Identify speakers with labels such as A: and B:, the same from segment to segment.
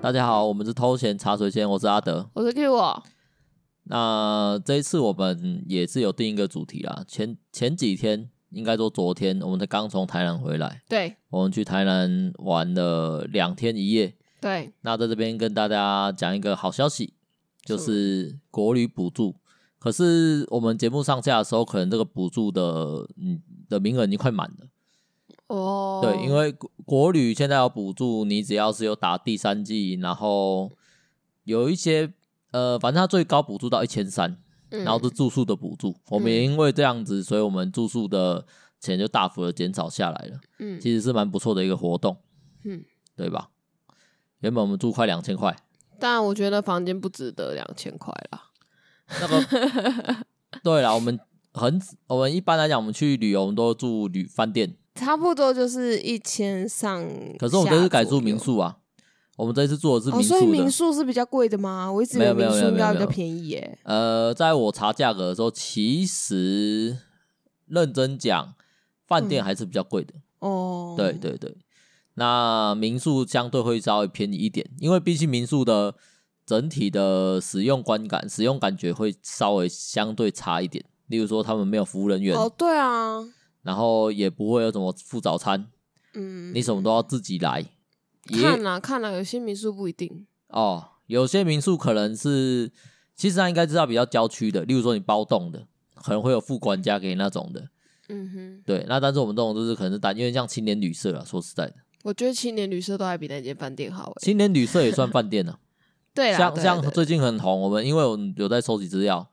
A: 大家好，我们是偷闲茶水间，我是阿德。
B: 我是 Q 哦我，
A: 那这一次我们也是有定一个主题啦。前前几天，应该说昨天，我们才刚从台南回来，
B: 对
A: 我们去台南玩了两天一夜。
B: 对，
A: 那在这边跟大家讲一个好消息，就是国旅补助。可是我们节目上架的时候，可能这个补助的嗯的名额已经快满了。
B: 哦，
A: 对，因为国国旅现在有补助，你只要是有打第三季，然后有一些呃，反正它最高补助到一千三，
B: 嗯
A: 然后是住宿的补助。我们也因为这样子，所以我们住宿的钱就大幅的减少下来了，
B: 嗯
A: 其实是蛮不错的一个活动，
B: 嗯，
A: 对吧？原本我们住快两千块，
B: 但我觉得房间不值得两千块啦。
A: 那个 对啦，我们很我们一般来讲，我们去旅游我们都住旅饭店，
B: 差不多就是一千上，
A: 可是我们这次改住民宿啊，我们这次住的是
B: 哦，
A: 民宿
B: 所
A: 的。
B: 以民宿是比较贵的吗？我一直以
A: 没
B: 为
A: 有没有
B: 民宿应
A: 没有
B: 该
A: 没
B: 比
A: 有
B: 较便宜耶。
A: 呃，在我查价格的时候，其实认真讲，饭店还是比较贵的。
B: 哦，
A: 对，对对，那民宿相对会稍微便宜一点，因为毕竟民宿的整体的使用观感、使用感觉会稍微相对差一点。例如说，他们没有服务人员，
B: 哦，对啊，
A: 然后也不会有什么付早餐，
B: 嗯，
A: 你什么都要自己来。
B: 看
A: 也
B: 啦看啦，有些民宿不一定。
A: 哦，有些民宿可能是，其实他应该知道比较郊区的，例如说你包栋的，可能会有副管家给你那种的。
B: 嗯哼，
A: 对，那但是我们这种就是可能是单，因为像青年旅社啊，说实在的，
B: 我觉得青年旅社都还比那间饭店好诶。
A: 青年旅社也算饭店了、啊
B: 对啦，
A: 像
B: 对
A: 像
B: 对
A: 最近很红，我们因为我们有在收集资料，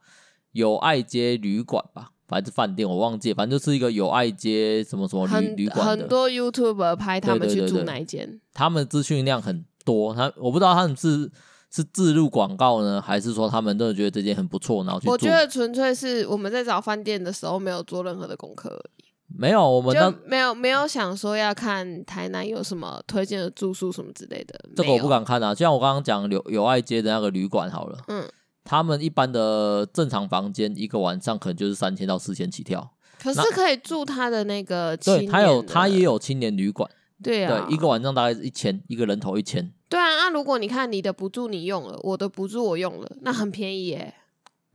A: 友爱街旅馆吧，反正是饭店我忘记了，反正就是一个友爱街什么什么旅
B: 很
A: 旅馆
B: 很
A: 的，
B: 多 YouTuber 拍他
A: 对
B: 们
A: 对
B: 去
A: 对
B: 住
A: 对
B: 那一间，
A: 他们资讯量很多，他我不知道他们是是置入广告呢，还是说他们真的觉得这间很不错，然后去住。
B: 我觉得纯粹是我们在找饭店的时候没有做任何的功课而已，
A: 没有，我们
B: 就
A: 那
B: 没有没有想说要看台南有什么推荐的住宿什么之类的。
A: 这个我不
B: 没有。
A: 敢看啊，就像我刚刚讲友友爱街的那个旅馆好了。
B: 嗯，
A: 他们一般的正常房间一个晚上可能就是三千到四千起跳，
B: 可
A: 那
B: 是可以住他的那个青
A: 对
B: 年的，
A: 他有他也有青年旅馆，
B: 对啊，
A: 对，一个晚上大概是一千，一个人头一千，
B: 对啊啊！如果你看你的补助你用了，我的补助我用了，那很便宜耶。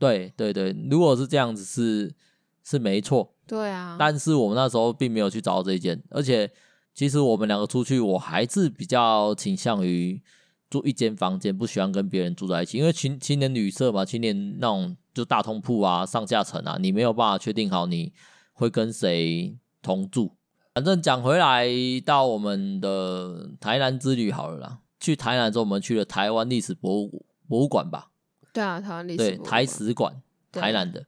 A: 对对对，如果是这样子是是没错，
B: 对啊，
A: 但是我们那时候并没有去找到这一间，而且其实我们两个出去，我还是比较倾向于住一间房间，不喜欢跟别人住在一起，因为青青年旅社嘛，青年那种就大通铺啊、上下层啊，你没有办法确定好你会跟谁同住。反正讲回来，到我们的台南之旅好了啦。去台南之后，我们去了台湾历史博物博物馆吧，
B: 对啊，台湾历史
A: 对，
B: 博物
A: 台
B: 馆
A: 史馆，
B: 对啊
A: 台南的。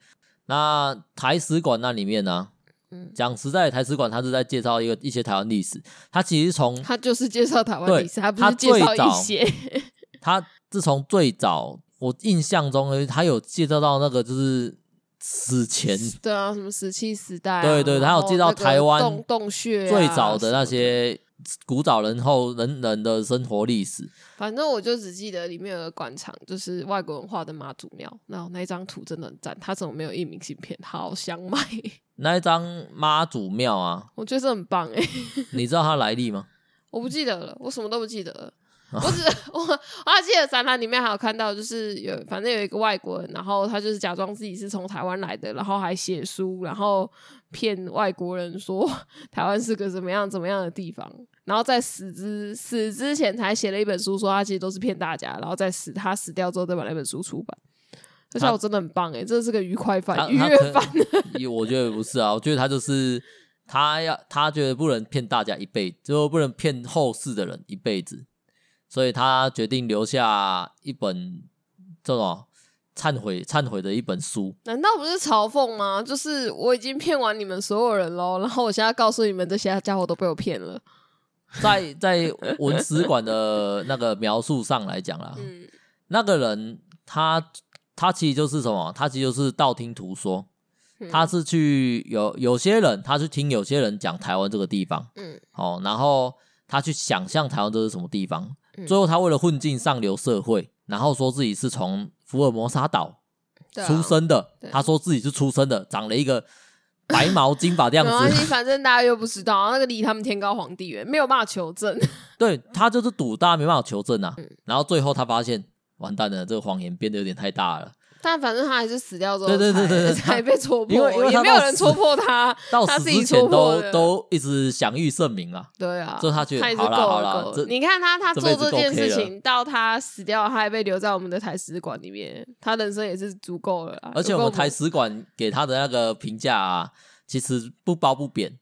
A: 那台史馆那里面呢、
B: 嗯
A: 讲实在，台史馆它是在介绍一个一些台湾历史。它其实从
B: 他就是介绍台湾
A: 对
B: 历史，他不
A: 他
B: 是介绍
A: 最早
B: 一些。
A: 它自从最早，我印象中它有介绍到那个就是史前
B: 对啊，什么石器时代、啊，
A: 对对
B: 然
A: 他有
B: 后
A: 介绍
B: 那个
A: 台湾
B: 洞洞穴、啊
A: 最早的那，些古早人后人人的生活历史。
B: 反正我就只记得里面有个广场，就是外国文化的妈祖庙，然后那一张图真的很赞，他怎么没有印明信片？好想买，
A: 那一张妈祖庙啊，
B: 我觉得这很棒哎、
A: 你知道它来历吗？
B: 我不记得了，我什么都不记得了。
A: 哦
B: 我只我我还记得展览里面还有看到，就是有反正有一个外国人，然后他就是假装自己是从台湾来的，然后还写书，然后骗外国人说 台湾是个怎么样怎么样的地方，然后在死之死之前才写了一本书，说他其实都是骗大家，然后在死他死掉之后再把那本书出版。这
A: 他
B: 下我真的很棒哎、欸，这是个愉快
A: 他
B: 犯、愉
A: 他
B: 悦
A: 可
B: 犯。
A: 也我觉得不是啊，我觉得他就是他要他觉得不能骗大家一辈子，就不能骗后世的人一辈子，所以他决定留下一本这种忏悔忏悔的一本书。
B: 难道不是嘲讽吗？就是我已经骗完你们所有人喽，然后我现在告诉你们，这些家伙都被我骗了。
A: 在在文史馆的那个描述上来讲啦，
B: 嗯，
A: 那个人他他其实就是什么？他其实就是道听途说。
B: 嗯
A: 他是去有有些人，他去听有些人讲台湾这个地方，
B: 嗯
A: 哦，然后他去想象台湾这是什么地方，
B: 嗯
A: 最后他为了混进上流社会，然后说自己是从福尔摩沙岛
B: 对啊
A: 出生的，
B: 对
A: 他说自己是出生的，长了一个白毛巾吧，这样
B: 没关
A: 子。
B: 系，反正大家又不知道，那个离他们天高皇帝远，没有办法求证。
A: 对他就是赌，大家没办法求证啊。
B: 嗯
A: 然后最后他发现，完蛋了，这个谎言变得有点太大了。
B: 但反正他还是死掉之后才，
A: 对对对对对
B: 才被戳破，
A: 因为因为他
B: 也没有
A: 到
B: 人
A: 死
B: 戳破他。
A: 到
B: 他
A: 死
B: 自己
A: 之前
B: 戳破
A: 都
B: 的
A: 都一直享誉盛名啊。
B: 对啊，
A: 就他觉得
B: 他也是
A: 好啦
B: 够
A: 好
B: 了
A: 啦
B: 够
A: 这
B: 了。你看他他
A: 这
B: 做
A: 辈子
B: 这
A: 够
B: 件
A: K
B: 事
A: 了
B: 情，到他死掉，他还被留在我们的台史馆里面，他人生也是足够了啦。
A: 而且
B: 啊有
A: 我
B: 够
A: 们台
B: 猛，
A: 史馆给他的那个评价啊，其实不褒不贬，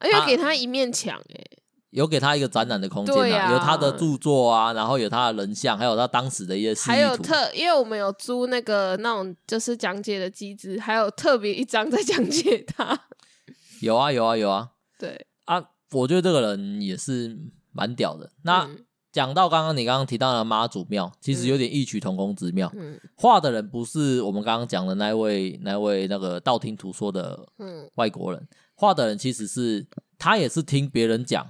B: 而且
A: 他
B: 给他一面墙，哎，
A: 有给他一个展览的空间
B: 对
A: 啊，
B: 啊
A: 有他的著作啊，然后有他的人像，还有他当时的一些示
B: 还
A: 意
B: 有
A: 图。
B: 特，因为我们有租那个那种就是讲解的机制，还有特别一章在讲解他。
A: 有啊有啊有啊
B: 对，
A: 啊！我觉得这个人也是蛮屌的。 那
B: 嗯
A: 讲到刚刚你刚刚提到的妈祖庙，其实有点异曲同工之妙。
B: 嗯
A: 画的人不是我们刚刚讲的那一位那一位那个道听途说的
B: 嗯
A: 外国人，画的人其实是他也是听别人讲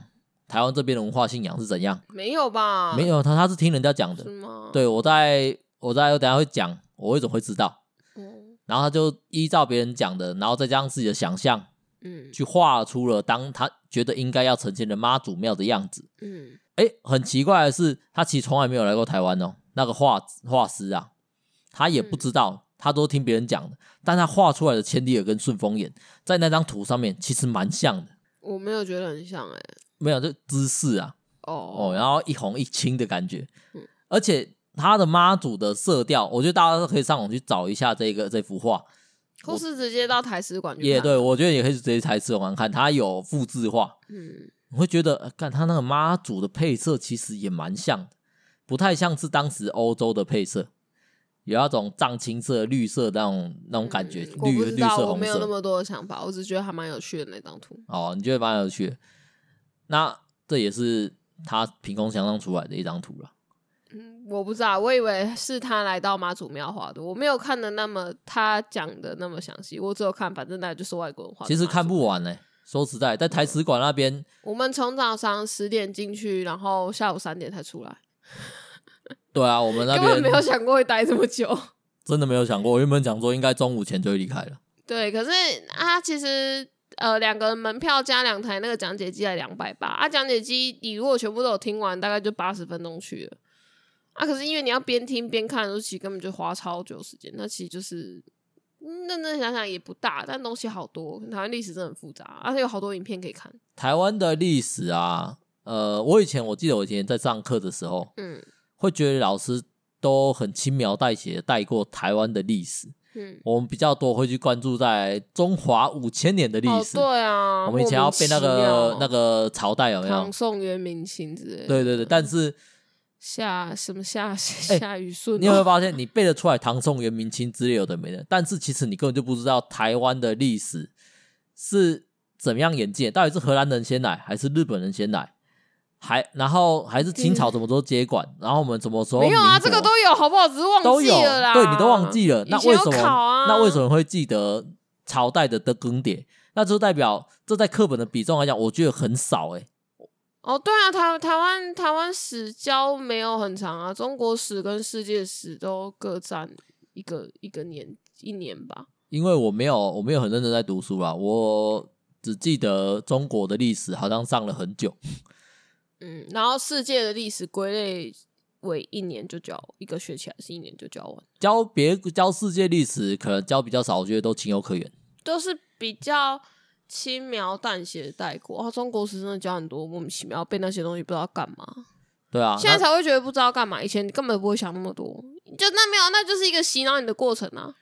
A: 台湾这边的文化信仰是怎样，
B: 没有吧？
A: 没有他他是听人家讲的
B: 啊是。吗？，
A: 对我在我在我等一下会讲，我为什么会知道，
B: 嗯
A: 然后他就依照别人讲的，然后再加上自己的想象
B: 嗯
A: 去画出了当他觉得应该要呈现的妈祖庙的样子。
B: 嗯，
A: 诶，很奇怪的是，他其实从来没有来过台湾哦。那个画画师啊，他也不知道，他都听别人讲的。但他画出来的千里耳跟顺风眼，在那张图上面其实蛮像的，
B: 我没有觉得很像哎、
A: 没有这姿势啊，哦，
B: 哦，
A: 然后一红一青的感觉
B: 嗯，
A: 而且他的妈祖的色调，我觉得大家都可以上网去找一下这个这幅画。
B: 或是直接到台史馆去
A: 也
B: 看
A: 对，我觉得也可以直接台词玩看，它有复制画，
B: 嗯
A: 你会觉得，呃干、它那个妈祖的配色其实也蛮像的，不太像是当时欧洲的配色，有那种藏青色、绿色的那种那种感觉，
B: 嗯我
A: 绿
B: 不知
A: 绿
B: 道
A: 色
B: 我
A: 红
B: 没有那
A: 色。
B: 么多的想法，我只觉得还蛮有趣的那张图。
A: 哦，你觉得蛮有趣的。那这也是他凭空想象出来的一张图了。
B: 嗯，我不知道，我以为是他来到妈祖庙画的，我没有看的那么他讲的那么详细，我只有看，反正那就是外国人画的妈祖。
A: 其实看不完呢、说实在，在台史馆那边，
B: 我们从早上十点进去，然后下午三点才出来，
A: 对啊，我们那
B: 根本没有
A: 边
B: 想过会待这 么久。
A: 真的没有想过，我原本想说应该中午前就会离开了。
B: 对，可是啊，其实呃，两个门票加两台那个讲解机才两百八啊，讲解机你如果全部都有听完，大概就八十分钟去了啊。可是因为你要边听边看，的时候，其实根本就花超久时间。那其实就是嗯认真想想也不大，但东西好多，台湾历史真的很复杂，而、且有好多影片可以看。
A: 台湾的历史啊，呃，我以前我记得我以前在上课的时候，
B: 嗯
A: 会觉得老师都很轻描淡写的带过台湾的历史，
B: 嗯，
A: 我们比较多会去关注在中华五千年的历
B: 哦
A: 史。
B: 对啊，
A: 我们以前要背那个那个朝代有没有
B: 唐？宋元明清之类的，
A: 对对对，但是
B: 夏什么夏夏雨 哦顺、
A: 你有没有发现，你背得出来唐宋元明清之类有的没的，但是其实你根本就不知道台湾的历史是怎么样演进的，到底是荷兰人先来，还是日本人先来，还然后还是清朝什么时候接管，然后我们什么时候
B: 没有啊，
A: 民
B: 这
A: 国
B: 个都有，好不好？只是忘
A: 都
B: 记
A: 有，
B: 了啦。
A: 对你都忘记了，那
B: 以前
A: 为
B: 有
A: 什么、
B: 考啊？
A: 那为什么会记得朝代的的更迭？那就代表这在课本的比重来讲，我觉得很少诶、欸
B: 哦，对啊，台台湾台湾史教没有很长啊，中国史跟世界史都各占一个一个年一年吧。
A: 因为我没有我没有很认真在读书啦，我只记得中国的历史好像上了很久。
B: 嗯，然后世界的历史归类为一年就教一个学期，还是一年就教完，
A: 教别教世界历史，可能教比较少，我觉得都情有可原。
B: 都是比较轻描淡写的带过。哦，中国史真的教很多莫名其妙，背那些东西不知道干嘛。
A: 对啊，
B: 现在
A: 那
B: 才会觉得不知道干嘛，以前根本不会想那么多，就那没有，那就是一个洗脑你的过程啊。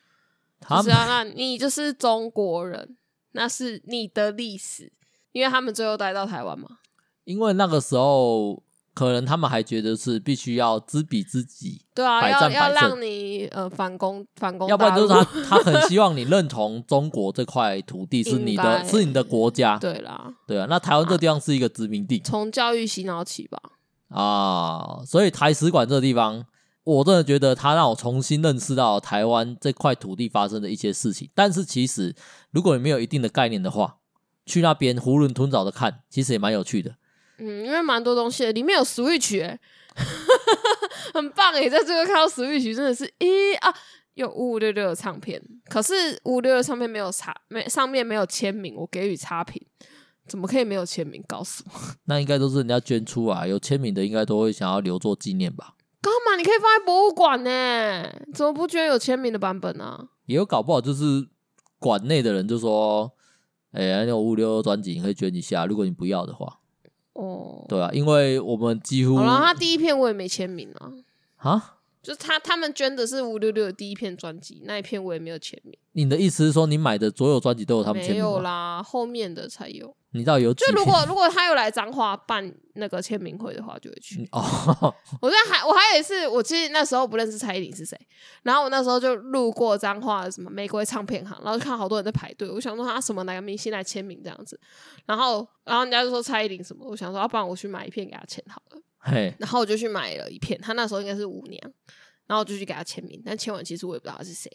A: 他
B: 就
A: 们
B: 是啊，那你就是中国人，那是你的历史，因为他们最后待到台湾嘛。
A: 因为那个时候，可能他们还觉得是必须要知彼知己，
B: 对啊，
A: 百
B: 要
A: 战
B: 要
A: 百胜
B: 让你呃反攻反攻大
A: 要
B: 陆，
A: 不然就是他他很希望你认同中国这块土地是你
B: 应
A: 的，
B: 该
A: 是你的国家。
B: 对啦，
A: 对啊，那台湾这地方是一个殖民地
B: 从教育洗脑起吧。
A: 啊，所以台史馆这个地方，我真的觉得它让我重新认识到台湾这块土地发生的一些事情。但是其实，如果你没有一定的概念的话，去那边囫囵吞枣的看，其实也蛮有趣的。
B: 嗯，因为蛮多东西的，里面有 欸 Switch，、欸、很棒哎、在这个看到 Switch 真的是，咦、啊，有五五六六的唱片，可是五五六六唱片没有查，没上面没有签名，我给予差评，怎么可以没有签名？告诉我，
A: 那应该都是人家捐出来，有签名的应该都会想要留作纪念吧。
B: 干嘛？你可以放在博物馆呢、怎么不捐有签名的版本啊？
A: 也有搞不好就是馆内的人就说，哎、那有五六专辑你可以捐一下，如果你不要的话，
B: 哦，
A: 对啊，因为我们几乎
B: 好了，他第一片我也没签名啊，
A: 啊，
B: 就是他他们捐的是五六六的第一片专辑，那一片我也没有签名，
A: 你的意思是说你买的所有专辑都有他们签
B: 没
A: 名
B: 有
A: 吗？
B: 啦，后面的才有。
A: 你到底有几
B: 就如
A: 片
B: 果如果他有来彰化办那个签名会的话，就会去。
A: 哦，
B: 我在还我还有一次，我其实那时候不认识蔡依林是谁，然后我那时候就路过彰化的什么玫瑰唱片行，然后就看好多人在排队，我想说他什么哪个明星来签名这样子，然后然后人家就说蔡依林什么，我想说啊要、不然我去买一片给他签好了，
A: 嘿，
B: 然后我就去买了一片，他那时候应该是舞娘，然后我就去给他签名，但签完其实我也不知道他是谁。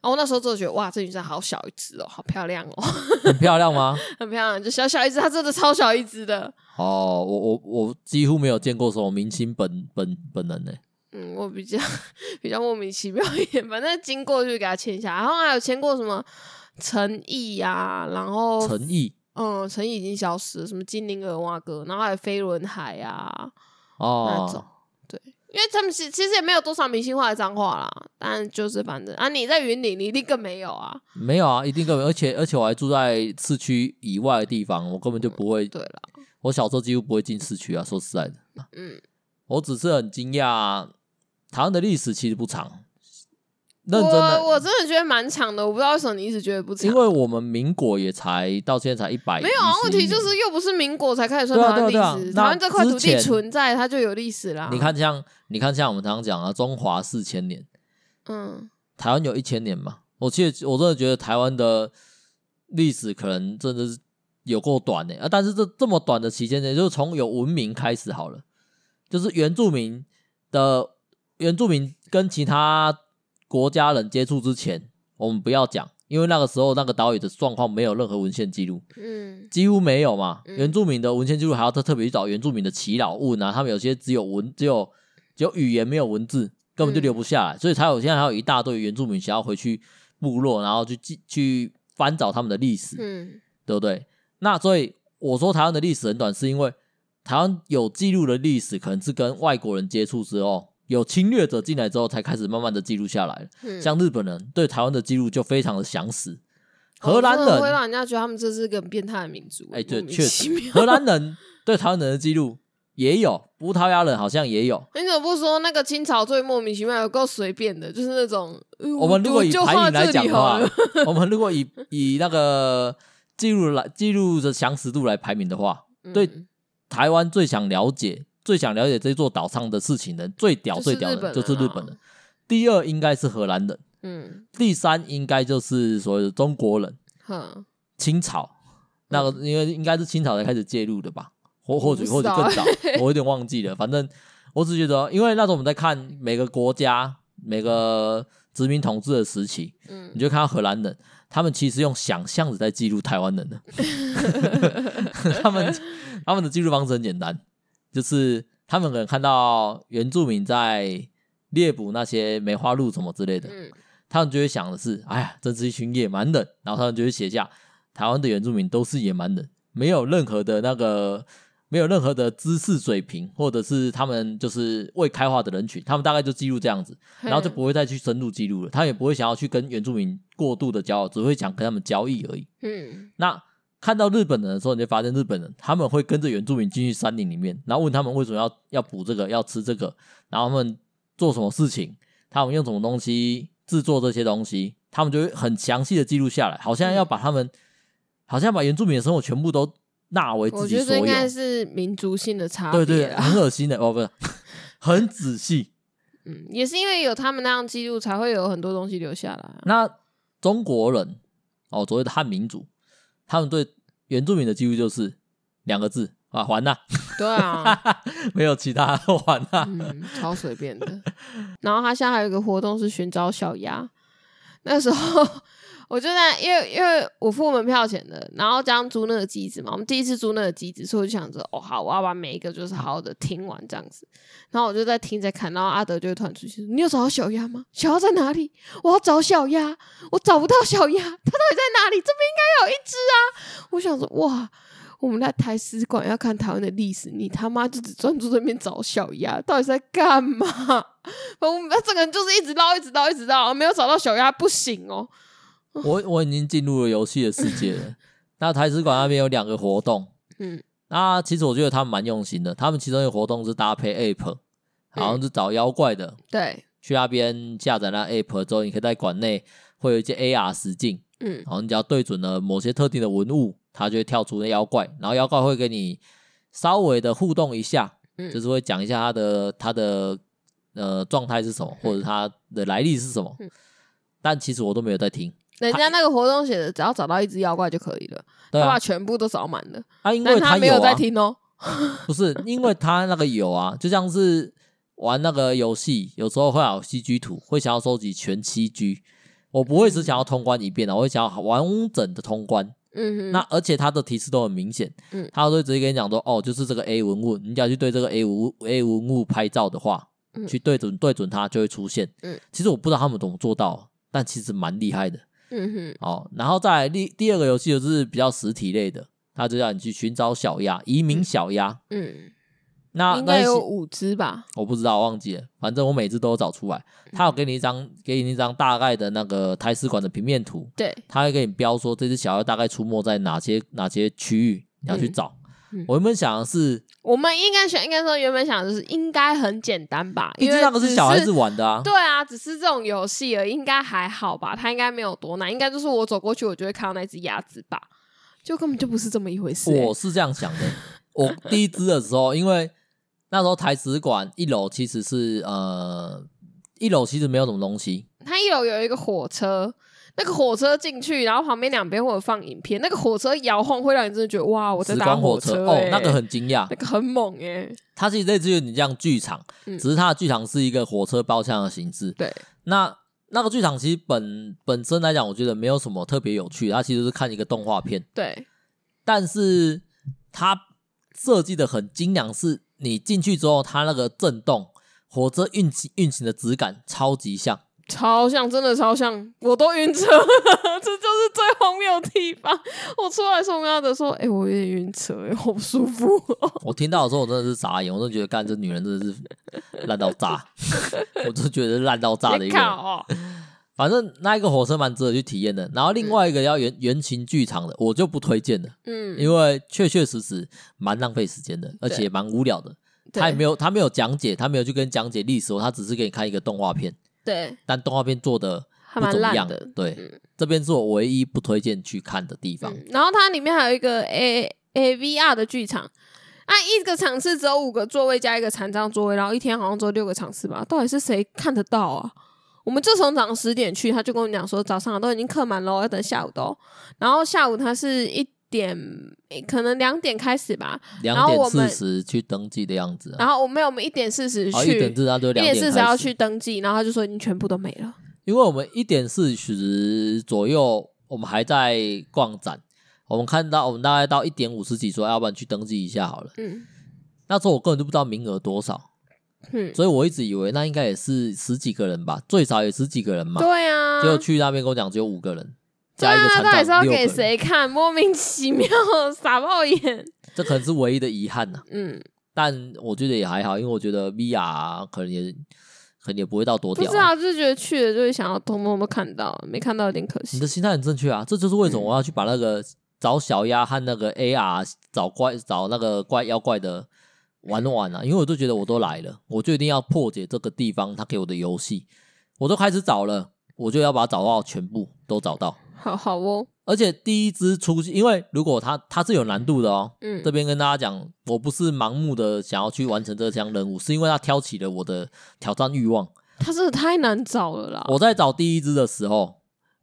B: 然后我那时候就觉得哇，这女生好小一只哦，好漂亮哦，
A: 很漂亮吗？
B: 很漂亮，就小小一只，她真的超小一只的。
A: 哦，我我我几乎没有见过什么明星本本本人呢、
B: 嗯，我比较比较莫名其妙一点，反正经过就给他签一下，然后还有签过什么陈毅呀，然后
A: 陈毅
B: 嗯，陈毅已经消失了，什么金陵儿蛙哥，然后还有飞轮海啊那种
A: 哦，，
B: 对，因为他们其其实也没有多少明星化的脏话啦，但就是反正啊，你在云林，你一定更没有啊，
A: 没有啊，一定根本，而且而且我还住在市区以外的地方，我根本就不会，
B: 对啦，
A: 我小时候几乎不会进市区啊，说实在的，啊
B: 嗯，
A: 我只是很惊讶，台湾的历史其实不长，认真的，
B: 我我真的觉得蛮长的，我不知道为什么你一直觉得不长
A: 因，为我们民国也才到现在才一百，
B: 没有啊，问题就是又不是民国才开始算
A: 对
B: 台
A: 啊
B: 湾历
A: 对啊
B: 史，
A: 对啊那
B: 台湾这块
A: 之
B: 土地
A: 前
B: 存在，它就有历史啦，
A: 你，看像你看像我们常常讲啊，中华四千年，
B: 嗯。
A: 台湾有一千年嘛，我其实我真的觉得台湾的历史可能真的是有够短的、啊，但是这这么短的期间内，就是从有文明开始好了，就是原住民的原住民跟其他国家人接触之前，我们不要讲，因为那个时候那个岛屿的状况没有任何文献记录，
B: 嗯
A: 几乎没有嘛。
B: 嗯
A: 原住民的文献记录还要特特别去找原住民的祈祷物呢，他们有些只有文，只有只有语言没有文字，根
B: 嗯
A: 本就留不下来，所以才有现在还有一大堆原住民想要回去部落，然后去记去翻找他们的历史，
B: 嗯
A: 对不对？那所以我说台湾的历史很短，是因为台湾有记录的历史可能是跟外国人接触之后。有侵略者进来之后，才开始慢慢的记录下来了。
B: 嗯，
A: 像日本人对台湾的记录就非常的详实，
B: 哦
A: 荷兰
B: 真
A: 人、
B: 的会让人家觉得他们这是个很变态的民族，
A: 哎、对，
B: 莫名
A: 确
B: 其
A: 实，
B: 妙
A: 荷兰人对台湾人的记录也有，葡萄牙人好像也有。
B: 你怎么不说那个清朝最莫名其妙、有够随便的，就是那种呃
A: 我们如果以
B: 就
A: 排
B: 画
A: 名来
B: 这
A: 讲
B: 里
A: 的
B: 好
A: 话
B: 了，，
A: 我们如果以以那个记录来记录的详实度来排名的话，对
B: 嗯
A: 台湾最想了解、最想了解这座岛上的事情的人最屌、
B: 就是
A: 最屌的人
B: 日本人
A: 就是日
B: 啊
A: 本人。第二应该是荷兰人，
B: 嗯
A: 第三应该就是所谓的中国人、
B: 哼，
A: 清朝。
B: 嗯
A: 那个因为应该是清朝才开始介入的吧，或或许
B: 我不
A: 或
B: 知
A: 许
B: 道
A: 更
B: 欸
A: 早， 我有点忘记了。反正我只觉得，因为那时候我们在看每个国家每个殖民统治的时期，
B: 嗯
A: 你就看到荷兰人，他们其实用想象的在记录台湾人的， 他们他们的记录方式很简单，就是他们可能看到原住民在猎捕那些梅花鹿什么之类的，
B: 嗯
A: 他们就会想的是，哎呀，真是一群野蛮人。然后他们就会写下，台湾的原住民都是野蛮人，没有任何的那个，没有任何的知识水平，或者是他们就是未开化的人群，他们大概就记录这样子，然后就不会再去深入记录了。他也不会想要去跟原住民过度的交流，只会想跟他们交易而已。
B: 嗯
A: 那看到日本人的时候，你就发现日本人他们会跟着原住民进去山林里面，然后问他们为什么要要捕这个，要吃这个，然后他们做什么事情，他们用什么东西制作这些东西，他们就会很详细的记录下来，好像要把他们，好像把原住民的生活全部都纳为
B: 我
A: 自己
B: 觉得
A: 所
B: 这应
A: 有。
B: 该是民族性的差
A: 对
B: 别啊
A: 对，
B: 啦，
A: 很恶心的哦，不是，很仔细。
B: 嗯，也是因为有他们那样记录，才会有很多东西留下来啊。
A: 那中国人哦，所谓的汉民族，他们对原住民的记录就是两个字啊，还呐、
B: 对 啊，
A: 没有其他玩啊啦、
B: 嗯，超随便 的。然后他现在还有一个活动是寻找小鸭，那时候我就在因为因为我付门票钱的，然后加上租那个机子嘛，我们第一次租那个机子，所以我就想着哦好，我要把每一个就是好好的听完这样子。然后我就在听在看，然后阿德就会突然出现说：“你有找到小鸭吗？小鸭在哪里？我要找小鸭，我找不到小鸭，它到底在哪里？这边应该有一只啊！”我想说哇。我们在台史馆要看台湾的历史，你他妈就只专注这边找小鸭，到底在干嘛？ 我们这个人就是一直捞，一直捞，一直捞，没有找到小鸭不行哦。
A: 我我已经进入了游戏的世界了。那台资馆那边有两个活动，
B: 嗯，
A: 那其实我觉得他们蛮用心的。他们其中一个活动是搭配 App，好
B: 嗯
A: 像是找妖怪的，
B: 对，
A: 去那边下载那 App 之后，你可以在馆内会有一些 AR 实境，
B: 嗯
A: 然后你只要对准了某些特定的文物，它就会跳出那妖怪，然后妖怪会给你稍微的互动一下，
B: 嗯
A: 就是会讲一下它的它的呃状态是什么，或者它的来历是什么。
B: 嗯
A: 但其实我都没有在听，
B: 人家那个活动写的，只要找到一只妖怪就可以了，
A: 对
B: 他把
A: 啊，
B: 全部都找满了，
A: 啊，因为
B: 但他没
A: 有
B: 在
A: 啊，
B: 听哦。
A: 不是因为他那个有啊，就像是玩那个游戏，有时候会有七 G 图，会想要收集全七 G。我不会只想要通关一遍啊，我会想要完整的通关。
B: 嗯哼，
A: 那而且它的提示都很明显，
B: 嗯
A: 他都会直接跟你讲说，哦，就是这个 A 文物，你只要去对这个 A 文物 A 文物拍照的话，
B: 嗯
A: 去对准对准它就会出现。
B: 嗯，
A: 其实我不知道他们怎么做到，但其实蛮厉害的
B: 嗯哼，
A: 哦。然后再来第第二个游戏就是比较实体类的，它就让你去寻找小鸭，移民小鸭。
B: 嗯，
A: 那
B: 应
A: 那
B: 该
A: 一
B: 有
A: 些
B: 五只吧？
A: 我不知道，忘记了。反正我每次都有找出来。
B: 嗯
A: 他有给你一张，给你一张大概的那个台史馆的平面图，
B: 对，
A: 他会给你标说这只小妖大概出没在哪些哪些区域，你要去找。
B: 嗯嗯
A: 我原本想的是，
B: 我们应该选，应该说原本想的就是应该很简单吧，
A: 毕
B: 因
A: 竟
B: 为
A: 那个
B: 只
A: 是小孩子玩的啊。
B: 对啊，只是这种游戏而已应该还好吧？它应该没有多难，应该就是我走过去，我就会看到那只鸭子吧，就根本就不是这么一回事、欸
A: 我是这样想的。我第一只的时候，因为那时候台史馆一楼其实是呃，一楼其实没有什么东西，
B: 它一楼有一个火车，那个火车进去，然后旁边两边会有放影片，那个火车摇晃会让你真的觉得哇，我在
A: 时
B: 搭
A: 光火
B: 车、
A: 哦
B: 欸，
A: 那个很惊讶
B: 那，个很猛哎、
A: 它其实类似于你这样剧场，
B: 嗯
A: 只是它的剧场是一个火车包厢的形式。
B: 对，
A: 那那个剧场其实本本身来讲，我觉得没有什么特别有趣，它其实是看一个动画片，
B: 对，
A: 但是它设计的很精良，是你进去之后，它那个震动。火车运行运行的质感超级像，
B: 超像，真的超像，我都晕车 了，这就是最荒谬的地方。我出来的时候，我跟阿德说：“哎、我有点晕车、欸，好不舒服、 哦。
A: 我听到的时候我真的是傻眼，我真的觉得干这女人真的是烂到炸， 我真的觉得烂到炸的一
B: 你
A: 个人。
B: 靠哦，
A: 反正那一个火车蛮值得去体验的，然后另外一个要原原型剧场的，我就不推荐了。
B: 嗯，
A: 因为确确实实蛮浪费时间的，而且也蛮无聊的。他也没有他没有讲解，他没有去跟你讲解历史哦，他只是给你看一个动画片，
B: 对，
A: 但动画片做的
B: 还
A: 不
B: 蛮
A: 怎么
B: 烂
A: 样。
B: 的。
A: 对，这边是我唯一不推荐去看的地方。
B: 嗯然后它里面还有一个 A A V R 的剧场，啊，一个场次只有五个座位加一个残障座位，然后一天好像只有六个场次吧？到底是谁看得到啊？我们就从早上十点去，他就跟我讲说早上都已经客满喽，要等下午的、哦。然后下午他是一点，可能两点开始吧。
A: 两
B: 后
A: 点
B: 我
A: 四
B: 们
A: 十去登记的样子啊、
B: 然后我没有，我们一点四十
A: 哦，一点
B: 去，
A: 四十那就
B: 一
A: 两
B: 四十
A: 开
B: 要
A: 始
B: 去，登记，然后他就说已经全部都没了。
A: 因为我们一点四十左右，我们还在逛展。我们看到，我们大概到一点五十几说，要不然去登记一下好了。
B: 嗯
A: 那时候我根本就不知道名额多少，
B: 嗯，啊
A: 所以我一直以为那应该也是十几个人吧，最少也十几个人嘛。
B: 对啊，
A: 结果去那边跟我讲只有五个人，
B: 对
A: 加一个
B: 啊，
A: 残
B: 到底是
A: 障
B: 要
A: 六
B: 给
A: 个人，
B: 谁看？莫名其妙， 傻爆眼。
A: 这可能是唯一的遗憾呐、啊
B: 嗯，
A: 但我觉得也还好，因为我觉得 VR 可能也可能也不会到多
B: 不
A: 屌
B: 知
A: 啊、
B: 道，就是觉得去了就会想要通通都看到，没看到有点可
A: 你
B: 惜。
A: 的心态很正确啊，这就是为什么我要去把那个找小鸭和那个 AR 找怪找那个怪妖怪的玩玩啊，因为我就觉得我都来了，我就一定要破解这个地方它给我的游戏，我都开始找了，我就要把它找到全部都找到。
B: 好好哦，
A: 而且第一只出去，因为如果它它是有难度的哦。
B: 嗯
A: 这边跟大家讲，我不是盲目的想要去完成这项任务，是因为它挑起了我的挑战欲望。
B: 它真的太难找了啦。
A: 我在找第一只的时候，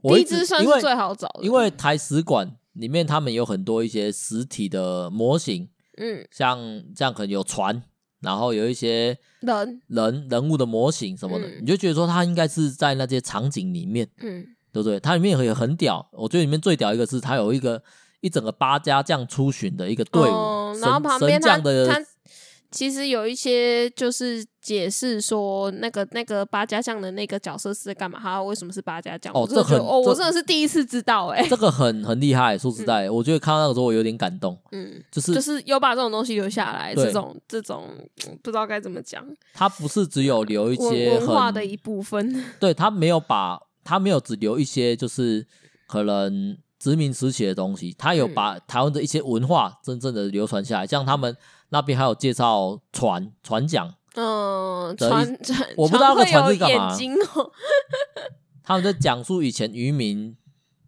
A: 我
B: 第一
A: 直
B: 只算
A: 因为
B: 是最好找的，
A: 因为台史馆里面他们有很多一些实体的模型，
B: 嗯
A: 像像可能有船，然后有一些
B: 人
A: 人人物的模型什么的，
B: 嗯
A: 你就觉得说它应该是在那些场景里面。
B: 嗯
A: 对不对？它里面也很屌，我觉得里面最屌一个是它有一个一整个八家将出巡的一个队伍，
B: 哦
A: 神
B: 然后旁
A: 神
B: 边他
A: 将的
B: 他其实有一些就是解释说那个那个八家将的那个角色是在干嘛，他为什么是八家将？
A: 哦
B: 我真的
A: 这
B: 觉得
A: 很
B: 哦，我
A: 这
B: 真的是第一次知道哎、
A: 这个很很厉害。说实在，我觉得看到那个时候我有点感动，
B: 嗯，
A: 就是
B: 就是又把这种东西留下来，
A: 对
B: 这种这种嗯不知道该怎么讲，
A: 他不是只有留一
B: 文
A: 些
B: 文化
A: 很
B: 的一部分。
A: 对他没有把他没有只留一些就是可能殖民时期的东西，他
B: 嗯
A: 有把台湾的一些文化真正的流传下来，像他们那边还有介绍船船桨，
B: 嗯，
A: 的意
B: 船船
A: 我不知道那个
B: 船
A: 船
B: 会
A: 是
B: 有
A: 干嘛
B: 眼睛哦，
A: 他们在讲述以前渔民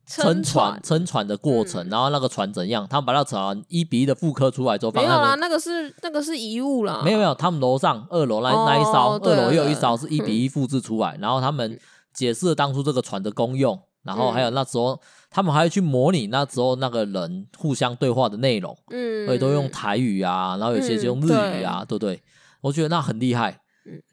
B: 撑
A: 撑
B: 船嗯
A: 船撑船的过程，然后那个船怎样，他们把那船一比一的复刻出来之后，
B: 没
A: 放
B: 有
A: 在他
B: 啦，
A: 们
B: 那个是那个是遗物啦，
A: 没有没有，他们楼上二楼那
B: 啊哦
A: 那一艘，
B: 对
A: 二楼
B: 对
A: 又有一
B: 对嗯
A: 艘是一比一复制出来，然后他们解释了当初这个船的功用，然
B: 嗯
A: 后还有那时候他们还会去模拟那时候那个人互相对话的内容，
B: 嗯，
A: 所以都用台语啊，然后有些就用
B: 嗯
A: 日语啊，对不对？我觉得那很厉害，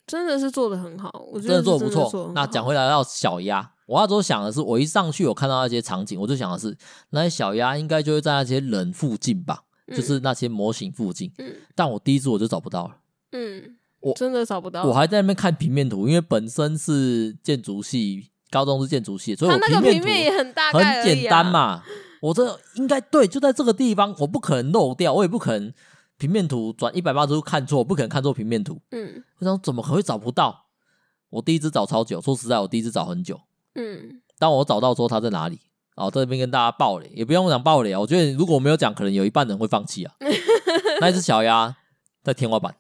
B: 真的是做的很好，我觉
A: 真
B: 得
A: 的
B: 嗯
A: 做得
B: 是真的
A: 不
B: 做得
A: 错。
B: 很
A: 那
B: 好
A: 讲回来到小鸭，我那时候想的是，我一上去我看到那些场景，我就想的是，那些小鸭应该就会在那些人附近吧，就
B: 嗯
A: 是那些模型附近。
B: 嗯
A: 但我第一次我就找不到了。
B: 嗯，
A: 我
B: 真的找不到。
A: 我还在那边看平面图，因为本身是建筑系，高中是建筑系，所以
B: 他
A: 我
B: 那个平面也
A: 面
B: 很大
A: 图
B: 概、
A: 很
B: 而已
A: 简
B: 啊
A: 单。嘛。我这应该对，就在这个地方，我不可能漏掉，我也不可能平面图转一百八十度看错，我不可能看错平面图。
B: 嗯
A: 我想怎么可能会找不到？我第一次找超久，说实在，我第一次找很久。
B: 嗯，
A: 当我找到说他在哪里，哦，在这边跟大家爆雷，也不用讲爆雷啊。我觉得如果我没有讲，可能有一半人会放 弃啊。那一只小鸭在天花板，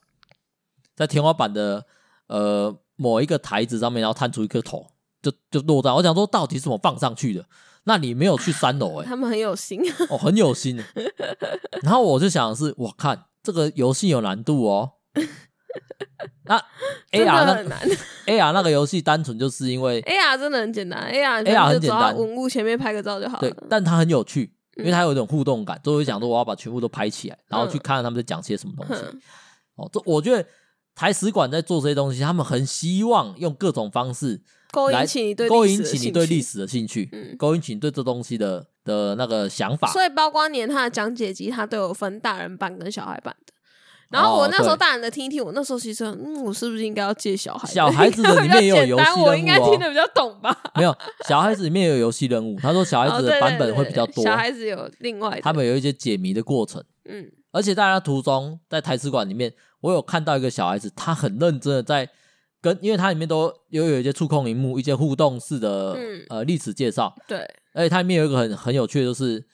A: 在天花板的呃某一个台子上面，然后探出一个头，就就落在。我想说，到底是怎么放上去的？那你没有去三 楼哎、
B: 他们很有心。
A: 哦，很有心。然后我就想的是，我看这个游戏有难度哦。 那 AR
B: 真的
A: 那
B: 很
A: 个
B: 难。
A: AR 那个游戏单纯就是因为
B: AR 真的很简单，AR 你
A: AR
B: 就
A: 很
B: 走
A: 简
B: 到
A: 单
B: 文物前面拍个照就好
A: 对
B: 了。，嗯
A: 但它很有趣，因为它有一种互动感，所以我就想说我要把全部都拍起来，然后去看看他们在讲些什么东西。
B: 嗯
A: 哦，这我觉得台史馆在做这些东西，他们很希望用各种方式
B: 勾
A: 来
B: 引起你对
A: 勾
B: 历史
A: 引
B: 的
A: 起你
B: 兴
A: 对
B: 趣
A: 历史的兴趣，
B: 嗯
A: 勾引起你对这东西的的那个想法。
B: 所以包括连他的讲解集，他都有分大人版跟小孩版的。然后我
A: 哦
B: 那时候
A: 对
B: 大人的听一听，我那时候其实很嗯，我是不是应该要借小孩的？
A: 小孩子的里面也有游戏
B: 应 该比较简单我应该
A: 任务哦
B: 听得比较懂吧？
A: 没有小孩子里面有游戏任务，他说小孩
B: 哦
A: 子
B: 对
A: 的
B: 对
A: 版本
B: 对
A: 会比较
B: 对
A: 多，
B: 小孩子有另外的，
A: 他们有一些解谜的过程。
B: 嗯
A: 而且在他途中，在台词馆里面，我有看到一个小孩子，他很认真的在跟，因为它里面都有有一些触控荧幕，一些互动式的、
B: 嗯
A: 呃历史介绍，
B: 对，
A: 而且它里面有一个很很有趣的，就是有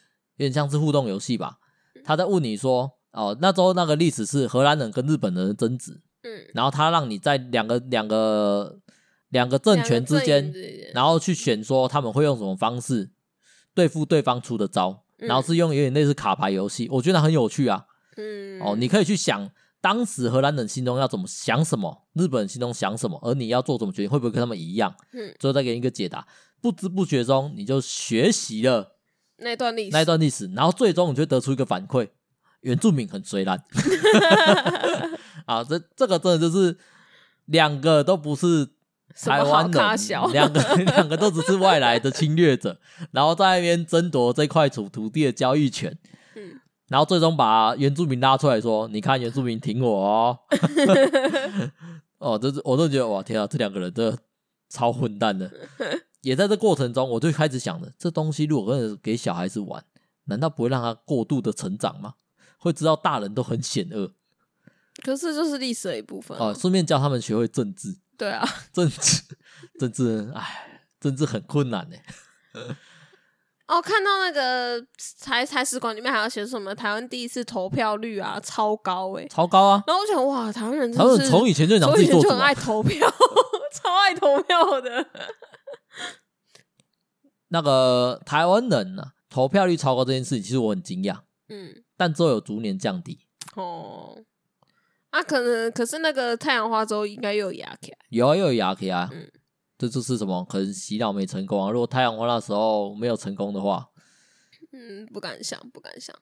A: 点像是互动游戏吧。他在问你说，哦，那时候那个历史是荷兰人跟日本人的争执，
B: 嗯，
A: 然后他让你在两个两个两个政权之
B: 两
A: 间
B: 个阵，营之间
A: 然后去选说他们会用什么方式对付对方出的招，
B: 嗯
A: 然后是用有点类似卡牌游戏，我觉得很有趣啊。
B: 嗯
A: 哦，你可以去想当时荷兰人心中要怎么想什么，日本人心中想什么，而你要做什么决定，会不会跟他们一样？
B: 嗯
A: 最后再给你一个解答。不知不觉中，你就学习了
B: 那段历史
A: 那一段历史，然后最终你就得出一个反馈：原住民很虽然。啊，这这个真的就是两个都不是
B: 什么
A: 台
B: 好
A: 湾
B: 大
A: 人
B: 小，
A: 两个两个都只是外来的侵略者，然后在那边争夺这块土土地的交易权。
B: 嗯
A: 然后最终把原住民拉出来说：“你看原住民挺我 哦。”哦，这是我都觉得哇，天啊，这两个人真的超混蛋 的。也在这过程中，我就开始想了，这东西如果跟给小孩子玩，难道不会让他过度的成长吗？会知道大人都很险恶
B: 可是就是历史的一部分啊
A: 哦，顺便教他们学会政治，
B: 对啊，
A: 政治，政治，哎，政治很困难呢。
B: 哦，看到那个台台史馆里面还要写什么台湾第一次投票率啊，超高哎、
A: 超高啊！
B: 然后我想哇，台湾人
A: 他
B: 真的
A: 们
B: 嗯是
A: 从以前就想
B: 从
A: 自
B: 以
A: 己
B: 前
A: 做主
B: 就很
A: 啊
B: 爱。投票， 超爱投票的。
A: 那个台湾人呢、投票率超高这件事情，其实我很惊讶。
B: 嗯，
A: 但之后有逐年降低。
B: 哦，啊，可能可是那个太阳花州应该又有压起来，
A: 有啊，又有牙 K 啊，
B: 嗯
A: 这就是什么？可能洗脑没成功啊。如果太阳花那时候没有成功的 话，
B: 嗯，不敢想，不敢想。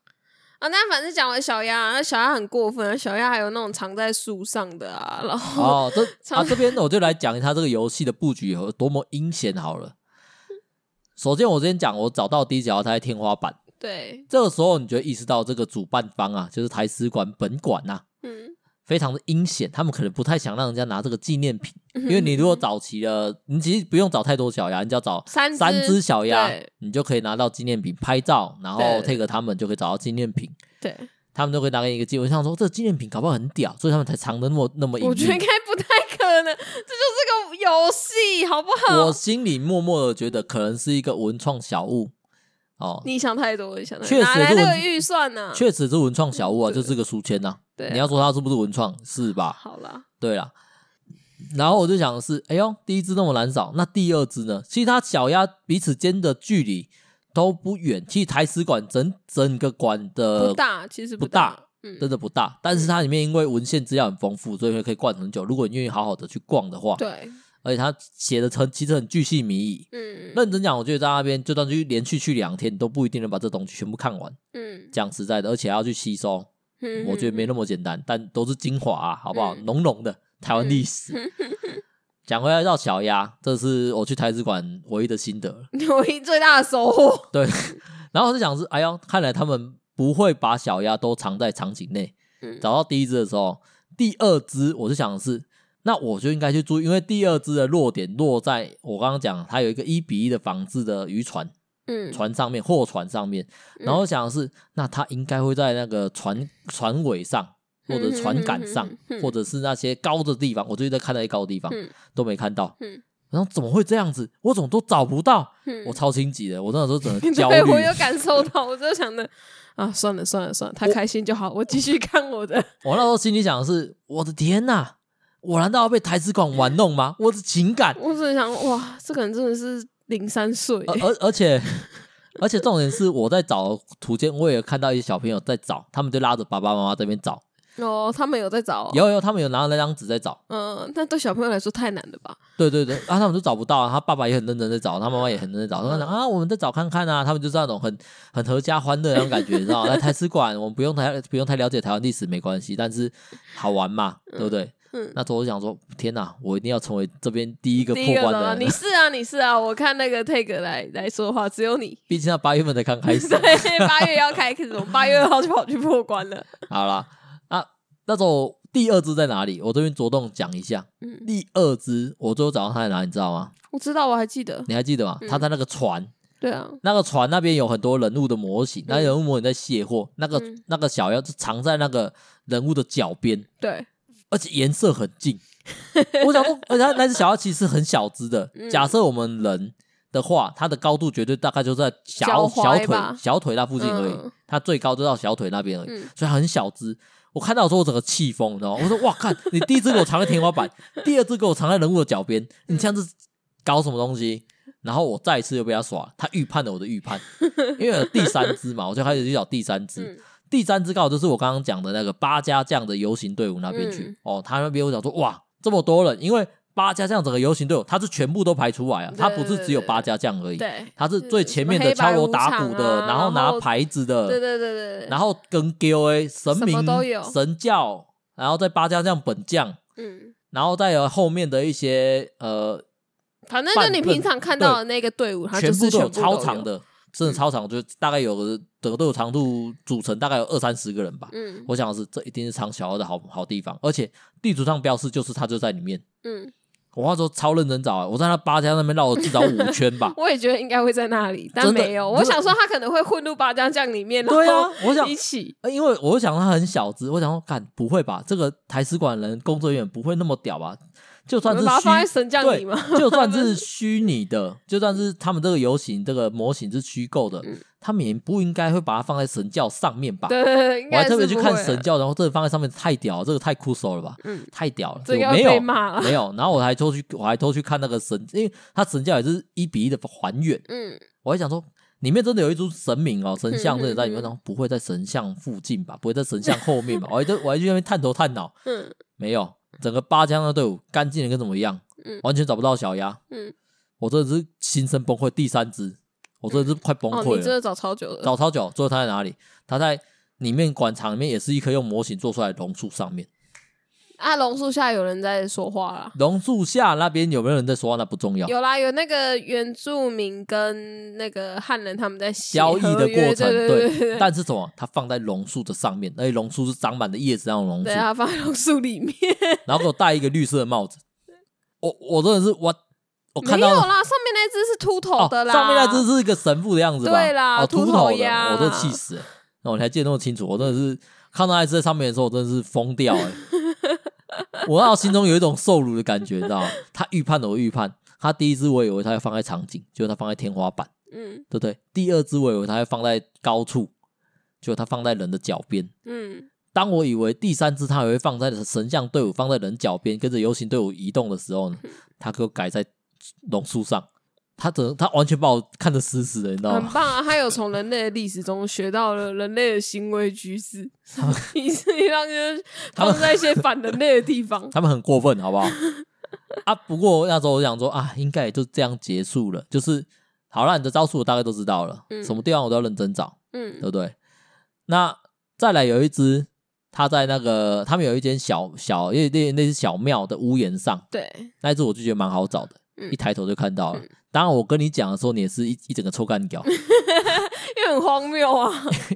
B: 啊，那反正讲完小鸭，那小鸭很过分，啊小鸭还有那种藏在树上的啊，然后
A: 哦，这
B: 超
A: 啊这边我就来讲一下这个游戏的布局有多么阴险好了。首先我之前讲，我找到低脚胎天花板，
B: 对，
A: 这个时候你就会意识到这个主办方啊，就是台史馆本馆呐、
B: 嗯，
A: 非常的阴险，他们可能不太想让人家拿这个纪念品，
B: 嗯
A: 因为你如果找齐了，你其实不用找太多小鸭，你只要找
B: 三
A: 三只小鸭
B: 对，
A: 你就可以拿到纪念品拍照，然后
B: 对
A: take 他们就可以找到纪念品，
B: 对，
A: 他们都会拿给你一个机会，想说这个纪念品搞不好很屌，所以他们才藏的那么那么隐
B: 我觉得
A: 秘
B: 应。该不太可能，这就是个游戏，好不 好？
A: 我心里默默的觉得可能是一个文创小物哦，
B: 你想太多，你想太
A: 确
B: 多，
A: 实
B: 哪来
A: 如果
B: 那个
A: 你
B: 预算啊呢、
A: 确实是文创小物啊，就是个书签呐、
B: 对啊，
A: 你要说它是不是文创，是吧？
B: 好啦，
A: 对啦。然后我就想的是，哎呦，第一只那么难找，那第二只呢？其实它小鸭彼此间的距离都不远，其实台史馆整整个馆的
B: 不大，其实
A: 呃不大
B: 大，嗯，
A: 真的不大，但是它里面因为文献资料很丰富，所以可以逛很久。如果你愿意好好的去逛的话，
B: 对，
A: 而且它写的很其实很巨细靡遗。
B: 嗯，
A: 认真讲，我觉得在那边就算去连续去两天，你都不一定能把这东西全部看完。
B: 嗯，
A: 讲实在的，而且还要去吸收，
B: 嗯
A: 我觉得没
B: 那
A: 那么简单，但都是精华、啊，好不好？
B: 嗯
A: 浓浓的台湾历史。 讲回来到小鸭，这是我去台资馆唯一的心得了。
B: 么我一最大的收获，
A: 对， 然后我就想是，哎呦，看来他们不会把小鸭都藏在场景内。
B: 嗯
A: 找到第一只的时候，第二只我就想的是，那我就应该去注意，因为第二只的落点落在我刚刚讲，它有一个一比一的仿制的渔船
B: 嗯，
A: 船上面，货船上面。
B: 嗯
A: 然后我想的是，那它应该会在那个船船尾上，或者船杆上
B: 嗯嗯嗯嗯，
A: 或者是那些高的地方，我最近在看到一些高的地方
B: 嗯
A: 都没看到
B: 嗯。
A: 然后怎么会这样子？我怎么都找不到？
B: 嗯
A: 我超心急的，我那时候 整个焦虑
B: 对，。我有 感受到，我就想着啊，算了算了算了，他开心就好，我继续看 我的。
A: 我那时候心里想的是，我的天呐，我难道要被台资馆玩弄 吗？我的情感，
B: 我只是想，哇，这个人真的是零三岁
A: 而， 而而且而且重点是，我在找的途间，我也看到一些小朋友在找，他们就拉着爸爸妈妈这边找，
B: 哦，他们有在找哦，
A: 呃有有，他们有拿着那张纸在找，
B: 嗯，但对小朋友来说太难了吧？
A: 对对对，啊，他们就找不到、啊，他爸爸也很认真在找，他妈妈也很认真在找，他们讲啊，我们再找看看啊，他们就是那种很很合家欢乐的那种感觉，你知道吗？来台资馆，我们不用太不用太了解台湾历史没关系，但是好玩嘛，对不对？
B: 嗯
A: 那时候我就想说，天哪，我一定要成为这边第一个破
B: 第一个
A: 关
B: 的
A: 的
B: 啊，
A: 人。。
B: 你是啊，你是啊，我看那个 take 来来说话，只有你
A: 毕竟他八月份才刚开始。
B: 对，八月要开始，我们八月二号就跑去破关了。
A: 好啦，啊，那种第二只在哪里？我这边着重讲一下。
B: 嗯
A: 第二只我最后找到它在哪里，你知道吗？
B: 我知道，我还记得。
A: 你还记得吗？
B: 嗯
A: 它在那个船，
B: 对啊，
A: 那个船那边有很多人物的模型，那人物模型在卸货，那个、
B: 嗯
A: 那个小妖就藏在那个人物的脚 边，
B: 对，
A: 而且颜色很近。我想 说，而且它那只小妖其实很小只的，
B: 嗯
A: 假设我们人。的话，它的高度绝对大概就在小
B: 脚
A: 小
B: 踝
A: 腿
B: 吧
A: 小腿那附近而已，
B: 嗯
A: 它最高就到小腿那边而已。
B: 嗯，
A: 所以它很小只。我看到的时候，我整个气疯，你知道吗？我说：“哇，看你第一只给我藏在天花 板，第二只给我藏在人物的脚边，你这样子搞什么东西？”然后我再一次又被他耍了，他预判了我的预判，因为有第三只嘛，我就开始去找第三只。
B: 嗯
A: 第三只刚好就是我刚刚讲的那个八家将的游行队伍那边去、
B: 嗯
A: 哦，他那边我想说哇，这么多人，因为八家将整个游行队伍，他是全部都排出来啊，他不是只有八家将而已，
B: 对，
A: 他是最前面
B: 什
A: 的
B: 么黑白
A: 敲锣打鼓
B: 无
A: 的，
B: 常啊
A: 然后拿
B: 然后
A: 牌子的，
B: 对对对对对，
A: 然后跟 g o a 神
B: 什么
A: 明
B: 都有
A: 神教，然后再八家将本将，
B: 嗯，
A: 然后再有后面的一些呃，
B: 反正就你
A: 半笨
B: 平常看到的那个队伍，它就
A: 全
B: 是
A: 部都有
B: 全部
A: 超
B: 都嗯
A: 长，的，真的超长，就大概有个整个队伍长度组成大概有二三十个人吧。
B: 嗯
A: 我想的是，这一定是藏小妖的好好地方，而且地图上标示就是它就在里面。
B: 嗯，。
A: 我那时候超认真找、欸，我在那八家那边绕了至少五圈吧
B: 我也觉得应该会在那里，但
A: 真的
B: 没有。
A: 真
B: 我
A: 的
B: 想说，他可能会混入八家将里面，然
A: 对啊
B: 后，
A: 我想
B: 一起，
A: 呃，因为我想它很小只，我想说，干不会吧？这个台史馆人工作人员不会那么屌吧？就
B: 我
A: 算是
B: 们把它放
A: 虚
B: 在神将
A: 对
B: 里嘛。
A: 就算 是虚拟的，就算是他们这个游行这个模型是虚构的，
B: 嗯
A: 他们也不应该会把它放在神教上面吧？
B: 对对对，应
A: 我
B: 该
A: 还
B: 是
A: 特别去
B: 不
A: 看
B: 会啊
A: 神，教，然后这个放在上面太屌了，这个太酷手了吧？
B: 嗯，
A: 太屌了，
B: 这个
A: 就
B: 要
A: 没有
B: 被骂了
A: 没有。然后我还偷去，我还偷去看那个神，因为他神教也是一比一的还原，
B: 嗯，
A: 我还想说。里面真的有一株神明哦，神像真的在里面，
B: 嗯嗯嗯
A: 然后不会在神像附近吧？不会在神像后面吧？我还在我还去那边探头探脑，
B: 嗯，
A: 没有，整个八江的队伍干净的跟怎么样，
B: 嗯
A: 完全找不到小鸭，
B: 嗯，
A: 我真的是心生崩溃。第三只，我真的是快崩
B: 哦，
A: 溃
B: 你真
A: 了。
B: 的找超久了，
A: 找超久，最后它在哪里？它在里面馆场里面也是一棵用模型做出来的榕树上面，
B: 啊，榕树下有人在说话啦。
A: 榕树下那边有没有人在说话？那不重要。
B: 有啦，有那个原住民跟那个汉人他们在写
A: 交易
B: 合
A: 的
B: 约
A: 过程，
B: 对对对对，
A: 但是什么？它放在榕树的上面，而且榕树是长满了叶子那种榕树
B: 对，啊，放在榕树里面
A: 然后给我戴一个绿色的帽子。我我真的是我我看
B: 没有
A: 到
B: 啦，上面那只是秃头的啦，
A: 哦、上面那只是一个神父的样子吧？
B: 对啦
A: 哦，
B: 秃
A: 秃
B: 头
A: 的，
B: 呀
A: 我都气死了。那我还记得那么清楚，我真的是看到那只在上面的时候，我真的是疯掉 了。我到心中有一种受辱的感觉，你知道吗？他预判了我预判，他第一只我以为他会放在场景，结果他放在天花板，
B: 嗯
A: 对不对？第二只我以为他会放在高处，结果他放在人的脚边。
B: 嗯，
A: 当我以为第三只它也会放在神像队伍放在人脚边，跟着游行队伍移动的时候呢，
B: 嗯
A: 它给我改在榕树上。它整它完全把我看得死死的，你知道
B: 很
A: 吗？
B: 棒啊！他有从人类的历史中学到了人类的行为举止， 以至于让人他们在一些反人类的 地方。
A: 他们很过分，好 不好？啊，不过那时候我想说啊，应该也就这样结束了。就是好了，你的招数我大概都知道了，
B: 嗯
A: 什么地方我都要认真找，对
B: 嗯
A: 不对？那再来有一只，它在那个他们有一间小小，因为那那是小庙的屋檐上，
B: 对，
A: 那一只我就觉得蛮好找的，
B: 嗯
A: 一抬头就看到了。当然，我跟你讲的时候，你也是一一整个臭干 屌，
B: 因为很荒 谬啊！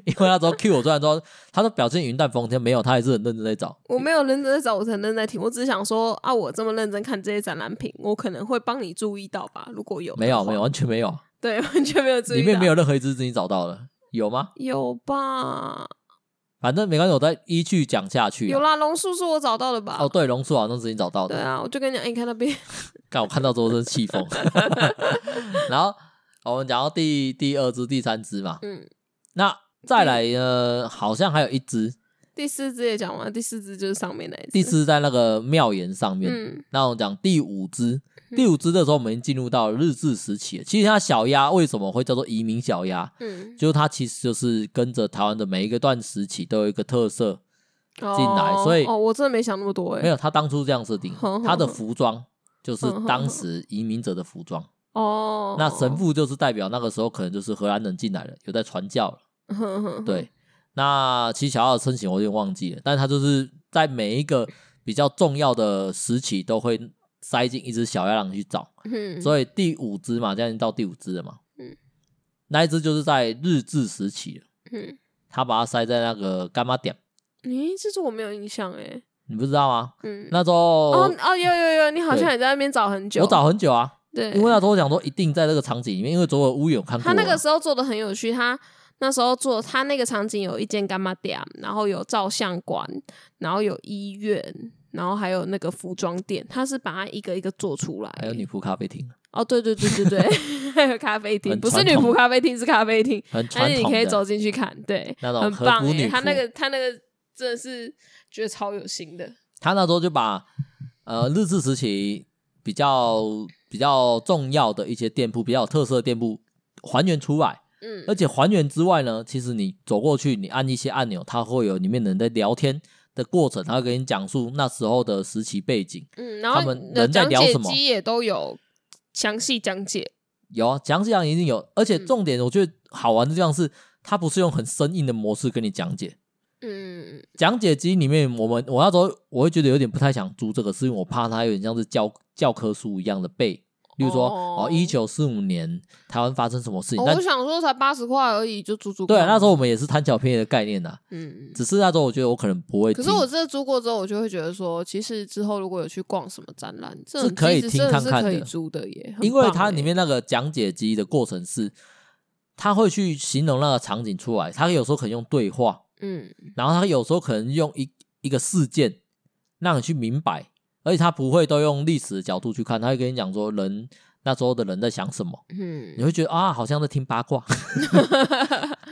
A: 因为那时候 Q 我出来之后，他说表现云淡风轻，没有，他还是很认真在找。
B: 我没有认真在找，我才认真在听。我只是想说啊，我这么认真看这些展览品，我可能会帮你注意到吧？如果有的
A: 没有，
B: 话
A: 没有，，完全没有，
B: 对，完全没有注意到。
A: 里面没有任何一只是你找到的，有吗？
B: 有
A: 啊
B: 吧？
A: 反正没关系，我再依据讲下去
B: 有
A: 啊、
B: 啦，榕树是我找到的吧？
A: 哦，对，榕树好像是你找到
B: 对
A: 的，
B: 啊，我就跟你讲，哎你看那边，
A: 但我看到之后真是气疯。然后哦我们讲到第第二只、第三只嘛，
B: 嗯，
A: 那再来呃，好像还有一只，
B: 第四只也讲完，第四只就是上面那一只。
A: 第四只在那个庙檐上面，
B: 嗯，
A: 那我讲第五只，第五只的时候，我们已经进入到了日治时期了。其实它小鸭为什么会叫做移民小鸭？
B: 嗯
A: 就是它其实就是跟着台湾的每一个段时期都有一个特色。
B: 嗯，
A: 进来所以
B: 哦，我真的没想那么多哎、
A: 没有，它当初这样设定
B: 哼哼，哼
A: 它的服装就是
B: 哼哼哼
A: 当时移民者的服装。
B: 哦，
A: 那神父就是代表那个时候可能就是荷兰人进来了，有在传教了。
B: 哼哼，
A: 对，那其实小鸭的身形我有点忘记了，但它就是在每一个比较重要的时期都会塞进一只小鸭狼去找。
B: 嗯，
A: 所以第五只嘛，这样已经到第五只了嘛。
B: 嗯
A: 那一只就是在日治时期了，
B: 嗯，
A: 他把它塞在那个干妈点，
B: 咦，嗯这是我没有印象哎、
A: 你不知道吗？
B: 嗯，
A: 那时候、
B: 哦哦，有有有，你好像
A: 对
B: 也在那边找很久，
A: 我找很久啊，
B: 对，
A: 因为那时候我想说一定在这个场景里面，因为左耳屋有看过
B: 他
A: 啊。
B: 那个时候做的很有趣，他那时候做他那个场景有一间干妈店，然后有照相馆，然后有医院，然后还有那个服装店，他是把它一个一个做出来。
A: 还有女仆咖啡厅，
B: 哦，对对对对对， 还有咖啡厅，
A: 很
B: 不是
A: 传
B: 女
A: 统
B: 仆咖啡厅，是咖啡厅，
A: 很
B: 但
A: 传
B: 是你
A: 统
B: 可以走
A: 的。
B: 进去看，对，
A: 那种
B: 很
A: 和
B: 棒
A: 服
B: 诶、
A: 女
B: 他那
A: 仆
B: 个他那个真的是觉得超有型的，
A: 他那时候就把呃日治时期比较比较重要的一些店铺，比较有特色的店铺还原出来。
B: 嗯
A: 而且还原之外呢，其实你走过去，你按一些按钮，它会有里面的人在聊天的过程，它会给你讲述那时候的时期背景。
B: 嗯，然
A: 他
B: 后
A: 们
B: 你的
A: 人在
B: 讲
A: 聊
B: 解
A: 什么
B: 机也都有详细讲解，
A: 有啊，详细上一定有，而且
B: 嗯
A: 重点我觉得好玩的地方是，它不是用很生硬的模式跟你讲解。
B: 嗯
A: 讲解机里面，我们我那时候我会觉得有点不太想租这个，是因为我怕它有点像是教教科书一样的背。例如说，
B: 哦
A: 哦，一九四五年台湾发生什么事情？
B: 哦
A: 那
B: 我想说才八十块而已，就租租
A: 对啊、
B: 看
A: 那时候我们也是贪小便宜的概念呐、
B: 嗯，
A: 只是那时候我觉得我可能不会
B: 可
A: 听。
B: 是我这租过之后，我就会觉得说，其实之后如果有去逛什么展览，这
A: 是
B: 种
A: 可以
B: 机
A: 听
B: 制真的
A: 看
B: 是
A: 看
B: 可以
A: 的
B: 租的耶，很
A: 因为
B: 棒欸
A: 它
B: 耶
A: 里面那个讲解机的过程是，他会去形容那个场景出来，他有时候可能用对话，
B: 嗯
A: 然后他有时候可能用一一个事件让你去明白，而且他不会都用历史的角度去看，他会跟你讲说人那时候的人在想什么，你
B: 嗯
A: 会觉得啊，好像在听八 卦，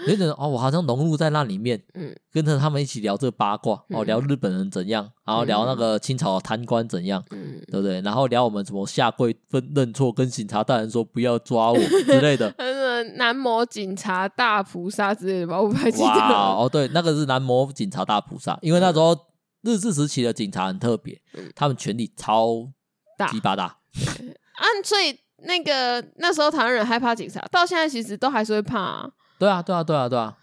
A: 你会觉得哦，我好像融入在那里面，
B: 嗯
A: 跟着他们一起聊这个八卦，哦，
B: 嗯
A: 聊日本人怎样，然后聊那
B: 嗯
A: 个清朝的贪官怎样。
B: 嗯，
A: 对不对？然后聊我们什么下跪认认错，跟警察大人说不要抓我 之类的。
B: 还有什么南摩警察大菩萨之类的吧，我不太 记得
A: 哇，
B: 了。
A: 哦，对，那个是南摩警察大菩萨，因为那时候日治时期的警察很特别
B: 嗯，
A: 他们权力超
B: 大
A: 级巴大。
B: 啊，所以那个那时候台湾人害怕警察，到现在其实都还是会怕啊、
A: 对啊，对啊，对啊，对啊，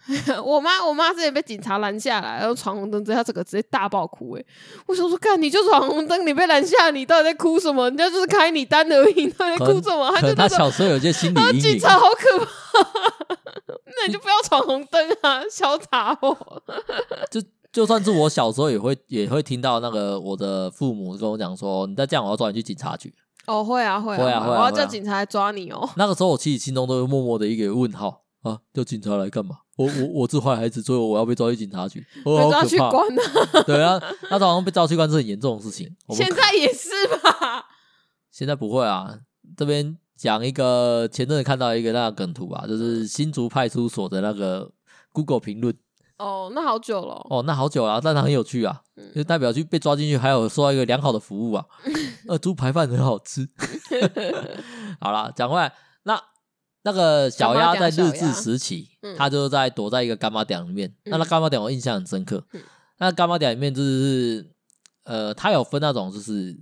B: 我妈我妈之前被警察拦下来，然后闯红灯，她整个直接大爆哭、欸。哎，我想说，干你就闯红灯，你被拦下，你到底在哭什么？人家就是开你单而已，你到底在
A: 可
B: 哭
A: 能
B: 什么？她
A: 可
B: 就
A: 能他
B: 那种，
A: 小时候有一些心理
B: 她说
A: 阴
B: 警
A: 影。
B: 察好可怕，那你就不要闯红灯啊， 小打我。
A: 就就算是我小时候也会也会听到那个我的父母跟我讲说，你再这样我要抓你去警察局。
B: 哦，会啊会啊，
A: 会啊会啊
B: 我要
A: 会啊
B: 叫警察来抓你哦。
A: 那个时候我其实心中都会默默的一个问号啊，叫警察来干嘛？我我我是坏孩子，所以我要被抓去警察局，我
B: 被
A: 好
B: 抓
A: 可
B: 去
A: 怕。
B: 关啊！
A: 对啊，那时候好像被抓去关是很严重的事情。我们
B: 现在也是吧？
A: 现在不会啊，这边讲一个前阵子看到一个那个梗图啊，就是新竹派出所的那个 Google 评论
B: 哦，那好久了哦。
A: 哦，那好久了、但是很有趣啊，就代表去被抓进去，还有受到一个良好的服务啊，呃，猪排饭很好吃。好啦，讲回来，那那个小鸭在日治时期
B: 干妈店小鸭嗯，
A: 他就在躲在一个干妈店里面。那他干妈店我印象很深刻
B: 嗯，
A: 那干妈店里面就是呃，它有分那种就是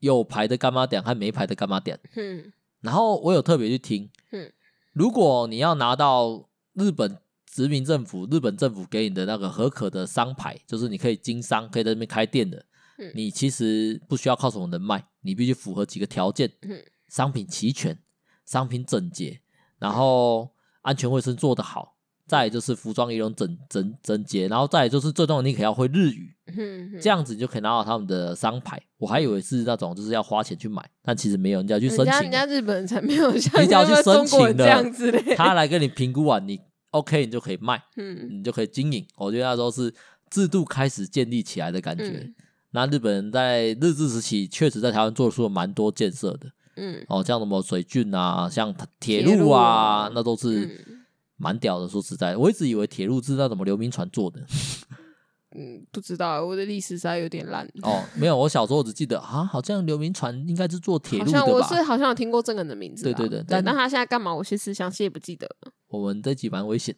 A: 有牌的干妈店和没牌的干妈店。
B: 嗯
A: 然后我有特别去听，
B: 嗯
A: 如果你要拿到日本殖民政府、日本政府给你的那个合可的商牌，就是你可以经商、可以在那边开店的，
B: 嗯
A: 你其实不需要靠什么人脉，你必须符合几个条件：
B: 嗯
A: 商品齐全、商品整洁，
B: 嗯
A: 然后安全卫生做得好，再来就是服装仪容整整整洁，然后再来就是最重要，你可要会日语，
B: 嗯，
A: 这样子你就可以拿到他们的商牌。我还以为是那种就是要花钱去买，但其实没有，你只要去申
B: 嗯人
A: 请
B: 家
A: 啊。
B: 人家日本人才没有 像
A: 你只要去
B: 那个
A: 申
B: 中国
A: 请
B: 人
A: 的
B: 这样子 嘞。
A: 他来跟你评估完，你 OK，你就可以卖，
B: 嗯
A: 你就可以经营。我觉得那时候是制度开始建立起来的感觉
B: 嗯。
A: 那日本人在日治时期确实在台湾做出了蛮多建设的
B: 嗯
A: 哦，像什么水郡啊，像铁
B: 铁
A: 路
B: 路
A: 啊
B: 啊，
A: 那都是
B: 嗯
A: 蛮屌的。说实在，我一直以为铁路是那什么流民船做的
B: 嗯，不知道，我的历史实在有点烂。
A: 哦，没有，我小时候只记得啊，好像流民船应该是做铁
B: 好
A: 路
B: 像
A: 的
B: 我是
A: 吧。
B: 好像有听过这个人的名字啦，
A: 对对对
B: 对，
A: 但
B: 但他现在干嘛？我其实详细也不记得了。
A: 我们这集蛮危 险，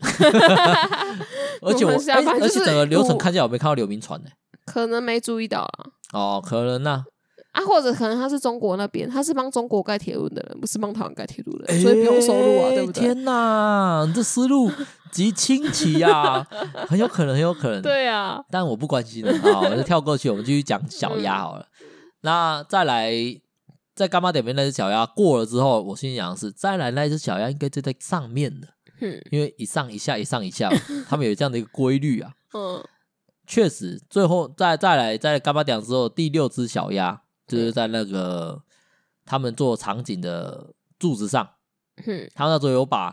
A: 而且
B: 我
A: 我
B: 们下
A: 哎
B: 班
A: 而
B: 就
A: 且整
B: 是
A: 个流程
B: 我
A: 看起来我没看到流民船呢。
B: 可能没注意到啦，
A: 哦，可能那
B: 啊，或者可能他是中国那边，他是帮中国盖铁路的人，不是帮台湾盖铁路的人，所以不用收入啊，
A: 欸
B: 对不对？
A: 天哪，你这思路极清奇啊，很有可能，很有可能。，
B: 对啊，
A: 但我不关心了啊，我就跳过去，我们继续讲小鸭
B: 嗯
A: 好了。那再来，在干妈点边那只小鸭过了之后，我心里想的是，再来那只小鸭应该就在上面的，
B: 嗯
A: 因为一上一下，一上一下，他们有这样的一个规律啊。
B: 嗯
A: 确实，最后再再来在干巴点之后，第六只小鸭就是在那个他们做场景的柱子上，
B: 嗯
A: 他们那时候有把，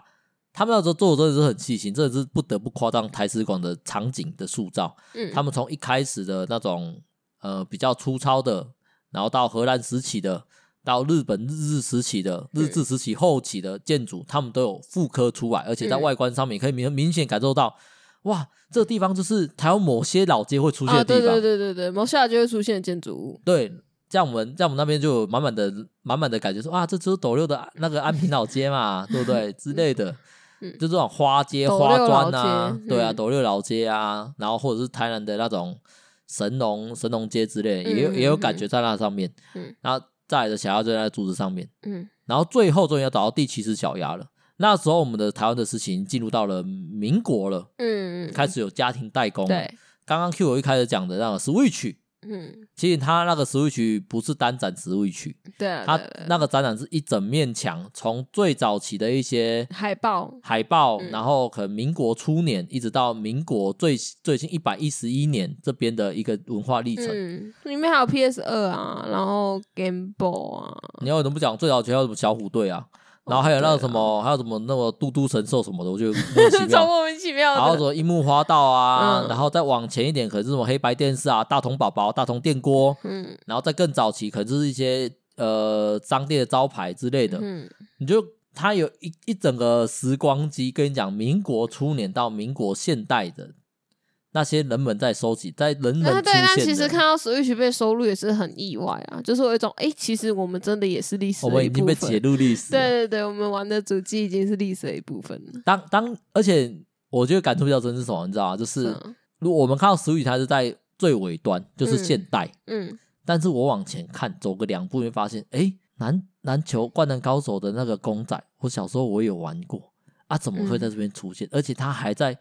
A: 他们那时候做的真的是很细心，真的是不得不夸张台史馆的场景的塑造。
B: 嗯，
A: 他们从一开始的那种呃比较粗糙的，然后到荷兰时期的，到日本日治时期的，
B: 嗯
A: 日治时期后期的建筑，他们都有复刻出来，而且在
B: 嗯
A: 外观上面可以明明显感受到，哇，这个地方就是台湾某些老街会出现
B: 啊，
A: 的地
B: 对
A: 方。
B: 对对对对，楼下就会出现的建筑物，
A: 对，在我们在我们那边就有满满的满满的感觉说，啊，这就是斗六的那个安平老街嘛，对不对之类的，
B: 嗯
A: 就这种花街、
B: 斗
A: 花
B: 六
A: 砖
B: 老
A: 啊，
B: 街
A: 对啊，
B: 嗯
A: 斗六老街啊，然后或者是台南的那种神农神农街之类的，也有
B: 嗯
A: 也有
B: 嗯
A: 感觉在那上面，
B: 嗯
A: 然后再来的小鸭就在那柱子上面，
B: 嗯
A: 然后最后终于要找到第七只小鸭了。那时候我们的台湾的事情进入到了民国了，
B: 嗯，
A: 开始有家庭代工。，啊
B: 对，
A: 刚刚 Q 我一开始讲的那个 Switch，
B: 嗯
A: 其实它那个 Switch 不是单展 Switch，
B: 对啊，
A: 它
B: 对啊对啊
A: 那个展览是一整面墙，从最早期的一 些
B: 海报，
A: 海报，
B: 嗯
A: 然后可能民国初年一直到民国最最近一百一十一年这边的一个文化历程。
B: 嗯，里面还有 PS 二啊，然后 Game Boy 啊，
A: 你要怎么不讲？最早期还有什么小虎队啊，
B: 哦
A: 然后还有那个什么，还有什么那个嘟嘟神兽什么的，我觉得莫名其
B: 啊 超
A: 妙。
B: 莫名其妙
A: 然后什
B: 的。
A: 么樱木花道啊，
B: 嗯
A: 然后再往前一点，可能是什么黑白电视啊、大童宝宝、大童电锅，
B: 嗯
A: 然后再更早期，可能就是一些呃商店的招牌之类的。
B: 嗯
A: 你就它有一一整个时光机，跟你讲，民国初年到民国现代的那些人们在收集，在人们
B: 那
A: 出
B: 啊对，但其
A: 现
B: 实
A: 的，
B: 看到 Switch 被收录也是很意外啊，就是我有一种哎、诶其实我们真的也是历史
A: 我
B: 的
A: 们
B: 一
A: 已
B: 部
A: 经
B: 分。
A: 被写入历史了。
B: 对对对，我们玩的主机已经是历史的一部分了。
A: 当当，而且我觉得感触比较深是什么，你知道吗？就是
B: 嗯
A: 如果我们看到俗语，它是在最尾端，就是
B: 嗯
A: 现代。
B: 嗯，
A: 但是我往前看，走个两步，你会发现，哎，篮篮球《灌篮高手》的那个公仔，我小时候我有玩过。啊，怎么会在这边出现？而且他还在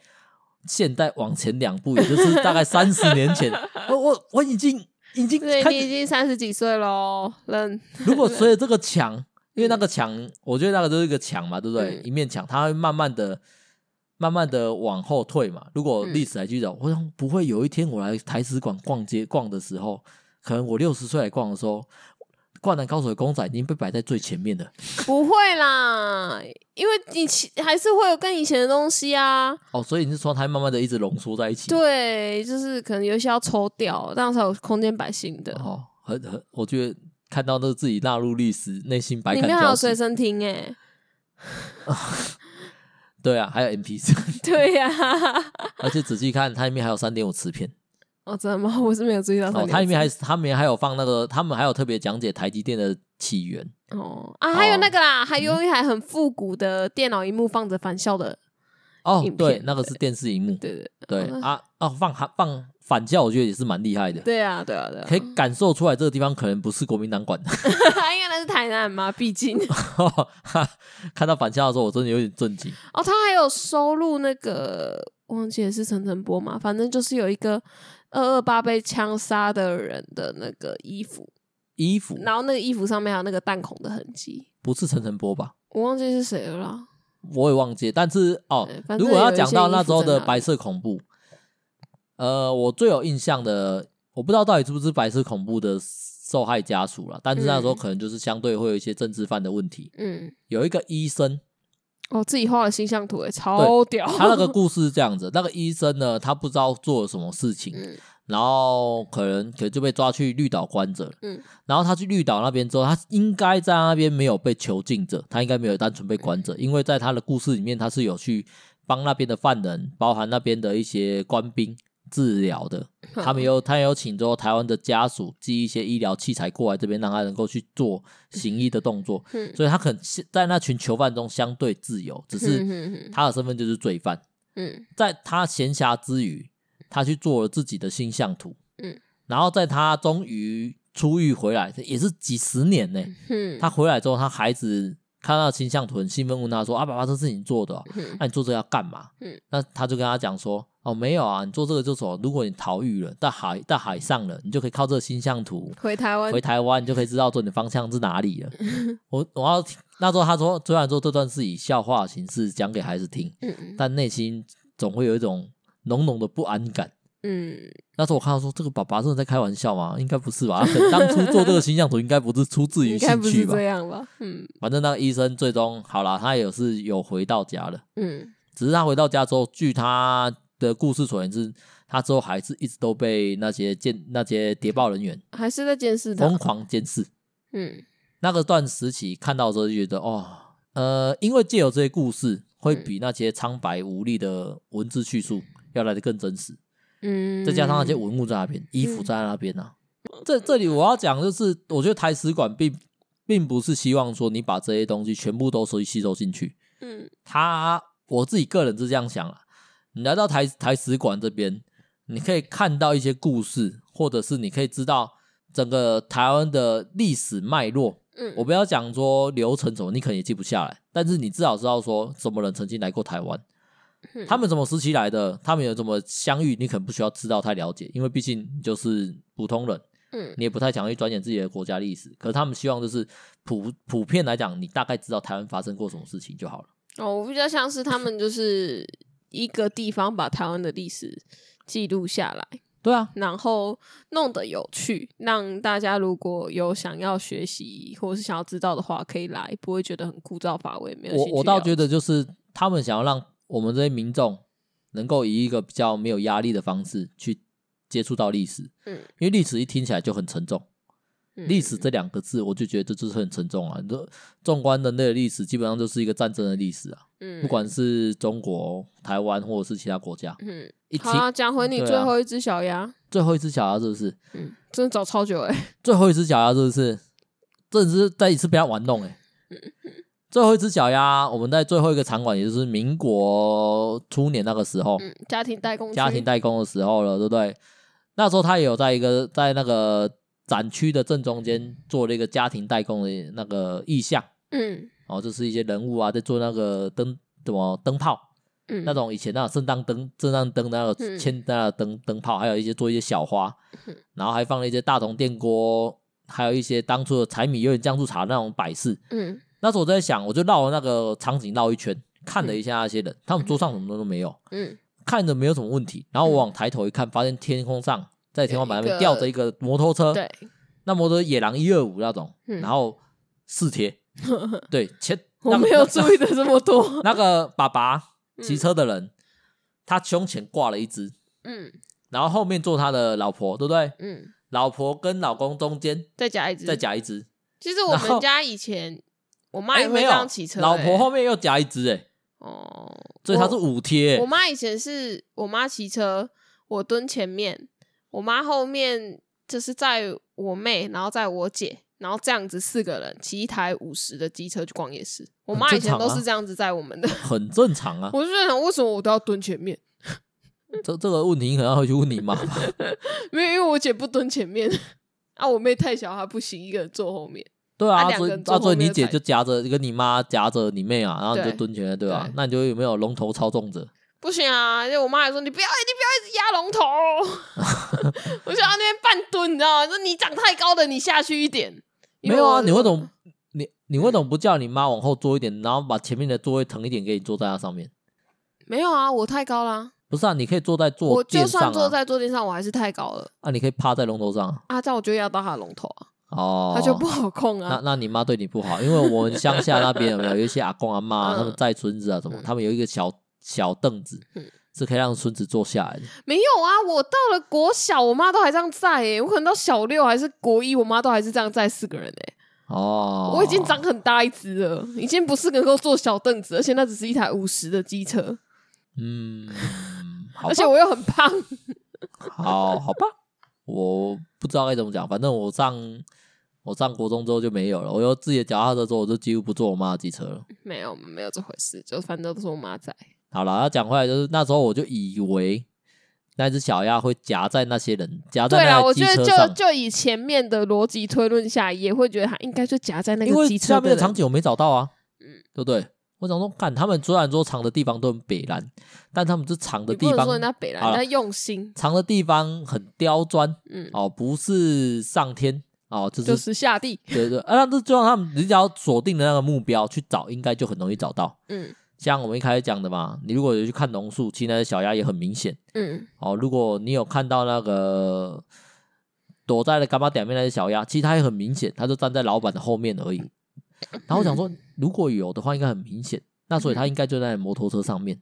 A: 现代往前两步，也就是大概三十年前，我我我已经已经
B: 对
A: 开
B: 你已经三十几岁喽，认
A: 如果随着这个墙，因为那个墙，我觉得那个就是一个墙嘛，对不对？
B: 嗯
A: 一面墙，它会慢慢的、慢慢的往后退嘛。如
B: 嗯
A: 果历史来去找，我想不会有一天我来台史馆逛街逛的时候，可能我六十岁来逛的时候，《灌篮高手》的公仔已经被摆在最前面了。
B: 不会啦，因为你其还是会有跟以前的东西啊。
A: 哦，所以你是说它慢慢的一直浓缩在一起？，
B: 对，就是可能有一些要抽掉，这样才有空间摆新的。
A: 哦，很很，我觉得看到那自己纳入历史，内心百
B: 里
A: 感
B: 面还有
A: 交
B: 随
A: 集。
B: 身听哎、
A: 对啊，还有 MP 三，
B: 对呀、
A: 而且仔细看，它里面还有三点五磁片。
B: 哦，真的吗？ 我是没有注意到。
A: 哦，它里面还它里面还有放那个，他们还有特别讲解台积电的起源。
B: 哦啊，还有那个啦，
A: 嗯
B: 还有一台很复古的电脑荧幕放着返校的，
A: 哦
B: 影，片
A: 对，那个是电视荧幕。
B: 对对
A: 对
B: 哦
A: 啊啊，放韩放反教，我觉得也是蛮厉害的，
B: 对啊，对啊，对啊
A: 可，以感受出来这个地方可能不是国民党管的。
B: 因为那是台南嘛，毕竟
A: 看到反教的时候，我真的有点震惊。
B: 哦，他还有收录那个忘记了是陈晨波嘛，反正就是有一个二二八被枪杀的人的那个衣服，
A: 衣服
B: 然后那个衣服上面还有那个弹孔的痕迹，
A: 不是陈晨波吧？
B: 我忘记是谁了啦。
A: 我也忘记了，但是哦
B: 对，反正
A: 如果要讲到那时候
B: 有一
A: 的
B: 些衣服在哪里
A: 白色恐怖，呃，我最有印象的，我不知道到底是不是白色恐怖的受害家属了，但是那时候
B: 嗯
A: 可能就是相对会有一些政治犯的问题。
B: 嗯，
A: 有一个医生，
B: 我、哦自己画的形象图也超屌，
A: 他 那个故事是这样子， 那个医生呢，他不知道做了什么事情，
B: 嗯
A: 然后可能可能就被抓去绿岛关着，
B: 嗯
A: 然后他去绿岛那边之后，他应该在那边没有被囚禁着，他应该没有单纯被关着，因为在他的故事里面，他是有去帮那边的犯人，包含那边的一些官兵治疗的。
B: 嗯
A: 他们有他有请之后台湾的家属寄一些医疗器材过来这边，让他能够去做行医的动作，
B: 嗯
A: 所以他可能是在那群囚犯中相对自由，只是
B: 嗯
A: 他的身份就是罪犯。
B: 嗯
A: 在他闲暇之余，他去做了自己的星象图，
B: 嗯，
A: 然后在他终于出狱回来，也是几十年呢、
B: 嗯，
A: 他回来之后，他孩子看到星象图很兴奋，问他说：“啊，爸爸，这是你做的哦、
B: 嗯
A: 那、你做这个要干嘛？”
B: 嗯，
A: 那他就跟他讲说：“哦，没有啊，你做这个就是哦，如果你逃狱了，到海到海上了，你就可以靠这个星象图
B: 嗯回台湾
A: 回台湾，你就可以知道说你的方向是哪里了。
B: 嗯
A: 我我要听那时候他说，虽然说这段是以笑话形式讲给孩子听，
B: 嗯
A: 但内心总会有一种浓浓的不安感。
B: 嗯
A: 那时候我看到说，这个爸爸真的在开玩笑吗？应该不是吧？他可能当初做这个形象图，应该不是出自于
B: 嗯应该
A: 兴
B: 不
A: 趣
B: 是
A: 吧
B: 这？样吧？嗯
A: 反正那个医生最终好啦，他也是有回到家了。
B: 嗯
A: 只是他回到家之后，据他的故事所言是，他之后还是一直都被那些监那些谍报人员
B: 还是在监视他
A: 疯。狂监视。
B: 嗯
A: 那个段时期看到之后就觉得，哦，呃，因为借由这些故事，会
B: 嗯
A: 比那些苍白无力的文字叙述要来的更真实。
B: 嗯，
A: 再加上那些文物在那边，衣服在那边啊。这这里我要讲就是，我觉得台史馆并并不是希望说你把这些东西全部都吸吸收进去。
B: 嗯
A: 他我自己个人是这样想啊，你来到台台史馆这边，你可以看到一些故事，或者是你可以知道整个台湾的历史脉络。
B: 嗯，
A: 我不要讲说流程什么，你可能也记不下来，但是你至少知道说什么人曾经来过台湾，
B: 嗯
A: 他们什么时期来的，他们有怎么相遇，你可能不需要知道太了解，因为毕竟你就是普通人，
B: 嗯
A: 你也不太想去钻研自己的国家历史。可是他们希望就是普普遍来讲，你大概知道台湾发生过什么事情就好了。
B: 哦，我比较像是他们就是一个地方把台湾的历史记录下来，
A: 对啊，
B: 然后弄得有趣，让大家如果有想要学习或是想要知道的话，可以来，不会觉得很枯燥乏味。没有
A: 我
B: 兴趣
A: 我倒
B: 了
A: 觉得就是他们想要让我们这些民众能够以一个比较没有压力的方式去接触到历史，
B: 嗯
A: 因为历史一听起来就很沉重。
B: 嗯
A: 历史这两个字，我就觉得这就是很沉重啊！你说纵观人类的历史，基本上就是一个战争的历史啊，
B: 嗯
A: 不管是中国、台湾或者是其他国家，
B: 嗯，
A: 一
B: 好
A: 听
B: 啊，讲回你
A: 对啊
B: 最后一只小鸭，
A: 最后一只小鸭是不是？
B: 嗯，真的找超久哎、
A: 最后一只小鸭是不是？这只是再一次被他玩弄 哎、最后一只小鸭，我们在最后一个场馆，也就是民国初年那个时候，
B: 嗯，家庭代工区，
A: 家庭代工的时候了，对不对？那时候他也有在一个在那个展区的正中间做了一个家庭代工的那个意象。
B: 嗯
A: 哦，就是一些人物啊，在做那个灯怎么灯泡
B: 嗯，
A: 那种以前那种圣诞灯、圣诞灯那个
B: 嗯
A: 千那个灯灯泡，还有一些做一些小花，然后还放了一些大铜电锅，还有一些当初的柴米油盐酱醋茶那种摆饰。
B: 嗯
A: 那时候我在想，我就绕了那个场景绕一圈，看了一下那些人，他们桌上什么都没有，
B: 嗯，
A: 看着没有什么问题。然后我往抬头一看，发现天空上在天花板上面
B: 有一个
A: 吊着一个摩托车，
B: 对，
A: 那摩托车野狼一二五那种，
B: 嗯
A: 然后四 贴，对，前
B: 我
A: 那
B: 没有注意的这 么 多。
A: 那个爸爸骑车的人，他胸前挂了一只，
B: 嗯
A: 然后后面坐他的老婆，对不对？
B: 嗯，
A: 老婆跟老公中间
B: 再夹一只，
A: 再。夹一只，
B: 其实我
A: 然后
B: 们家以前我妈
A: 哎，
B: 也会
A: 没
B: 这
A: 有
B: 样骑车、，
A: 老婆
B: 欸
A: 后面又夹一只，哎，
B: 哦，
A: 所以他
B: 我
A: 是五贴欸
B: 我，妈以前是我妈骑车，我蹲前面，我妈后面就是载我妹，然后载我姐，然后这样子四个人骑一台五十的机车去逛夜市。我
A: 很
B: 妈以
A: 正
B: 前
A: 常
B: 都
A: 啊
B: 是这样子载我们的，
A: 很正常啊。
B: 我就在想为什么我都要蹲前面？
A: 这这个问题可能要回去问你妈吧。
B: 因为因为我姐不蹲前面啊，我妹太小，她不行，一个人坐后面。
A: 对
B: 啊
A: 啊，
B: 两
A: 所
B: 个
A: 以
B: 人
A: 啊，
B: 坐
A: 所以
B: 后面
A: 你姐
B: 才
A: 就夹着跟你妈夹着你妹啊，然后你就
B: 对
A: 蹲起来，对吧、
B: 对
A: 那你就有没有龙头操纵者？
B: 不行啊！因为我妈还说你不要，你不要一直压龙头。 我想要那边半蹲，你知道吗？说你长太高了，你下去一点。因
A: 没
B: 为
A: 有啊，
B: 我
A: 你为什么你你为什么不叫你妈往后坐一点，然后把前面的座位腾一点给你坐在那上面？
B: 没有啊？我太高啦。
A: 不是啊，你可以坐在坐
B: 我就
A: 垫上
B: 算坐
A: 啊，
B: 在坐垫上，我还是太高了
A: 啊，你可以趴在龙头上啊
B: 啊！这样我就压到他的龙头啊，
A: 哦，
B: 他就不好控
A: 那
B: 啊。
A: 那你妈对你不好，因为我们乡下那边有没有有一些阿公阿妈、
B: 嗯
A: 他们带孙子啊什么，他们有一个小小凳子
B: 嗯，
A: 是可以让孙子坐下来的。
B: 没有啊，我到了国小，我妈都还这样在诶、我可能到小六还是国一，我妈都还是这样在四个人诶、
A: 哦，
B: 我已经长很大一只了，已经不是能够坐小凳子，而且那只是一台五十的机车，
A: 嗯，好吧
B: 而且我又很胖。
A: 好好吧，我不知道该怎么讲，反正我上我上国中之后就没有了，我有自己的脚踏车之后，我就几乎不坐我妈的机车了。
B: 没有，没有这回事，就反正都是我妈在。
A: 好了，要讲回来就是那时候我就以为那只小鸭会夹在那些人夹在
B: 对啦，
A: 那
B: 我
A: 个机
B: 觉得
A: 车
B: 就
A: 上，
B: 就以前面的逻辑推论下，也会觉得他应该就夹在那
A: 因
B: 个
A: 为
B: 机
A: 下
B: 车
A: 面的
B: 人
A: 场景我没找到啊，
B: 嗯
A: 对不对？我想说，看他们虽然说藏的地方都很北蓝，但他们这藏的
B: 你
A: 地
B: 不能
A: 方
B: 说人家北兰，
A: 好
B: 人
A: 了
B: 家用心，
A: 藏的地方很刁钻
B: 嗯，
A: 哦，不是上天哦，就
B: 就是是下地，
A: 对对，啊，那这就让他们你只要锁定的那个目标去找，应该就很容易找到。
B: 嗯
A: 像我们一开始讲的嘛，你如果有去看榕树，其实那些小鸭也很明显
B: 嗯
A: 哦。如果你有看到那个躲在了干妈点面那些小鸭，其实它也很明显，它就站在老板的后面而已。然后我想说，如果有的话，应该很明显，那所以它应该就在摩托车上面，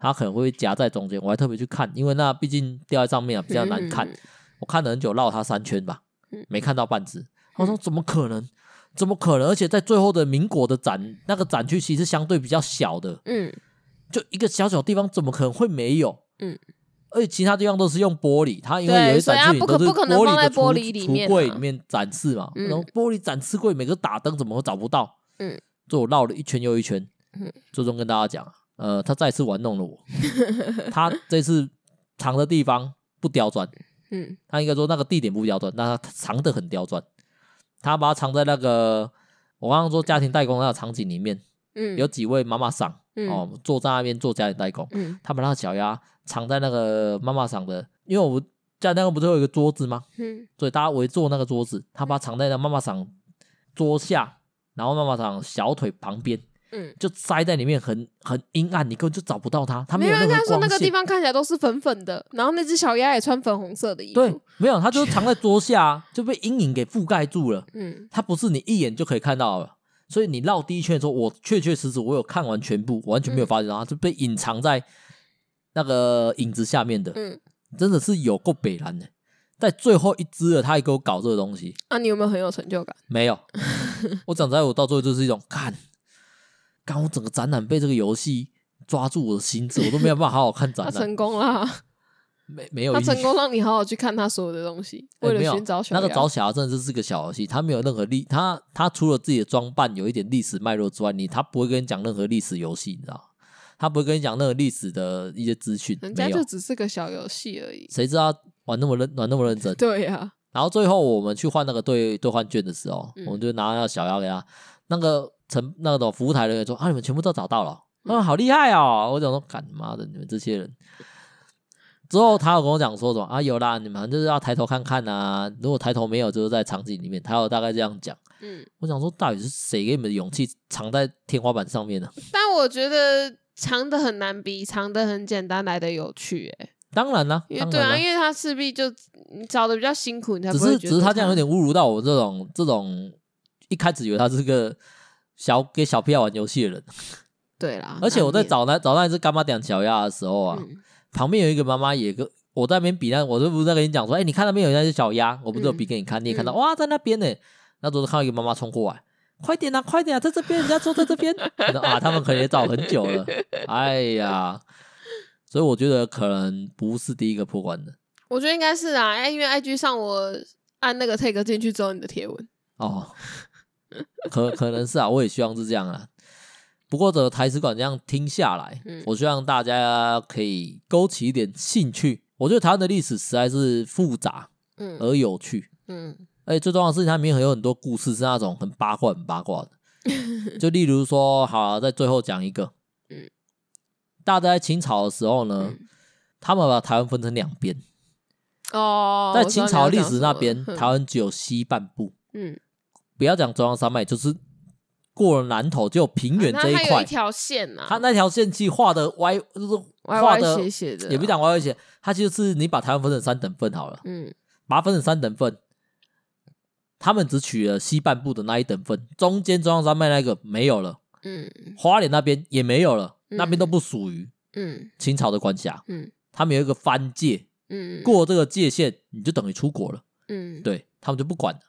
A: 它可能会夹在中间。我还特别去看，因为那毕竟掉在上面啊，比较难看。
B: 嗯
A: 我看了很久，绕它三圈吧
B: 嗯，
A: 没看到半只。我说怎么可能？怎么可能？而且在最后的民国的展那个展区其实相对比较小的，
B: 嗯，
A: 就一个小小地方，怎么可能会没有？
B: 嗯，
A: 而且其他地方都是用玻璃，它因为
B: 对
A: 有一展
B: 所以它
A: 示品
B: 不可
A: 都是
B: 不可能
A: 玻
B: 放
A: 璃
B: 在
A: 的
B: 玻
A: 橱
B: 璃里面
A: 橱柜
B: 啊
A: 里面展示嘛，
B: 嗯
A: 然后玻璃展示柜每个打灯怎么会找不到？
B: 嗯，
A: 所以我绕了一圈又一圈，
B: 嗯
A: 最终跟大家讲，呃，他再次玩弄了我， 他这次藏的地方不刁钻，
B: 嗯
A: 他应该说那个地点不刁钻，那他藏的很刁钻，他把它藏在那个我刚刚说家庭代工那个场景里面，
B: 嗯，
A: 有几位妈妈桑、
B: 嗯
A: 哦坐在那边做家庭代工，
B: 嗯
A: 他把那个小鸭藏在那个妈妈桑的，因为我家庭代工不是会有一个桌子吗？
B: 嗯
A: 所以大家围坐那个桌子，他把它藏在那妈妈桑桌下，然后妈妈桑小腿旁边。
B: 嗯，
A: 就塞在里面很很阴暗，你根本就找不到它，它
B: 没有
A: 有
B: 人
A: 任
B: 家
A: 何
B: 说那
A: 光
B: 个地
A: 线。
B: 方看起来都是粉粉的，然后那只小鸭也穿粉红色的衣
A: 对
B: 服，，
A: 没有，它就是藏 在桌下啊，就被阴影给覆盖住了。
B: 嗯
A: 它不是你一眼就可以看到了。所以你绕第一圈的时候，我确确实实我有看完全部，完全
B: 嗯
A: 没有发现到它是被隐藏在那个影子下面的，
B: 嗯，
A: 真的是有够北蓝的。在最后一只了，他还给我搞这个东西，
B: 啊，你有没有很有成就感？
A: 没 有。我讲实在，我到最后就是一种看，看我整个展览被这个游戏抓住我的心智，我都没有办法好好看
B: 他
A: 展览，
B: 成功啦，
A: 没没有
B: 他
A: 意义
B: 成功让你好好去看他所有的东西，
A: 哎
B: 为
A: 没有
B: 了寻找小
A: 那
B: 鸭
A: 个找小孩真的是个小游戏，他没有任何历，他他除了自己的装扮有一点历史脉络之外，你他不会跟你讲任何历史游戏，你知道吗？他不会跟你讲任何历史的一些资讯，
B: 人家
A: 没
B: 就
A: 有，
B: 只是个小游戏而已。
A: 谁知道他玩那么认玩那么认真？
B: 对啊呀、
A: 然后最后我们去换那个兑兑换券的时候，
B: 嗯
A: 我们就拿那个小妖给他，那个陈那个服务台人员说啊，你们全部都找到了哦，嗯，好厉害哦！我想说，干妈的，你们这些人。之后他有跟我讲说什么啊？有啦，你们反正就是要抬头看看啊。如果抬头没有，就是在场景里面。他有大概这样讲。
B: 嗯，
A: 我想说，到底是谁给你们的勇气藏在天花板上面呢、
B: 但我觉得长的很难比长的很简单来的有趣、欸，
A: 当然啦、
B: 因为
A: 当
B: 对
A: 然啦
B: 啊，因为他势必就你找的比较辛苦，你才
A: 只
B: 不会
A: 是
B: 觉
A: 只
B: 得
A: 是他这样有
B: 它
A: 点侮辱到我这种这种一开始以为他是个小给小屁孩玩游戏的人，
B: 对啦。
A: 而且我在
B: 难免
A: 找那找那一只干妈点小鸭的时候啊，
B: 嗯
A: 旁边有一个妈妈也跟我在那边比那，我这不是在跟你讲说，哎、你看那边有那只小
B: 嗯
A: 鸭，我不是有比给你看，你也看到、哇，在那边呢。那时候看到一个妈妈冲过来，快点啊，快点啊，在这边，人家坐在这边 我说啊，他们可能也找很久了，哎呀，所以我觉得可能不是第一个破关的
B: 我觉得应该是啊，哎因为 IG 上我按那个 tag 进去之后，你的贴文，
A: 哦，可可能是啊，我也希望是这样啊。不过的台词馆这样听下来，
B: 嗯
A: 我希望大家可以勾起一点兴趣。我觉得台湾的历史实在是复杂
B: 嗯
A: 而有趣，
B: 嗯
A: 而且最重要的是，它里面有很多故事是那种很八卦、很八卦的。 就例如说，好啊、在最后讲一个，
B: 嗯
A: 大家在清朝的时候呢，
B: 嗯
A: 他们把台湾分成两边，
B: 哦，
A: 在
B: 我知道
A: 清
B: 你
A: 朝
B: 要
A: 历
B: 讲
A: 史
B: 什
A: 那
B: 么
A: 边，
B: 哼
A: 台湾只有西半部，
B: 嗯，
A: 不要讲中央山脉，就是过了南头就有平原
B: 啊
A: 这一
B: 那它有
A: 块
B: 一，条线呐，
A: 它那条线计划的歪，就是
B: 歪
A: 画
B: 歪
A: 的
B: 斜斜的啊，
A: 也不讲歪歪斜，它就是你把台湾分成三等份好了，
B: 嗯
A: 把它分成三等份，他们只取了西半部的那一等份，中间中央山脉那个没有了，
B: 嗯
A: 花莲那边也没有了，
B: 嗯
A: 那边都不属于
B: 嗯
A: 清朝的管辖，
B: 嗯
A: 他们有一个藩界，
B: 嗯，
A: 过这个界限你就等于出国了。
B: 嗯
A: 对他们就不管了。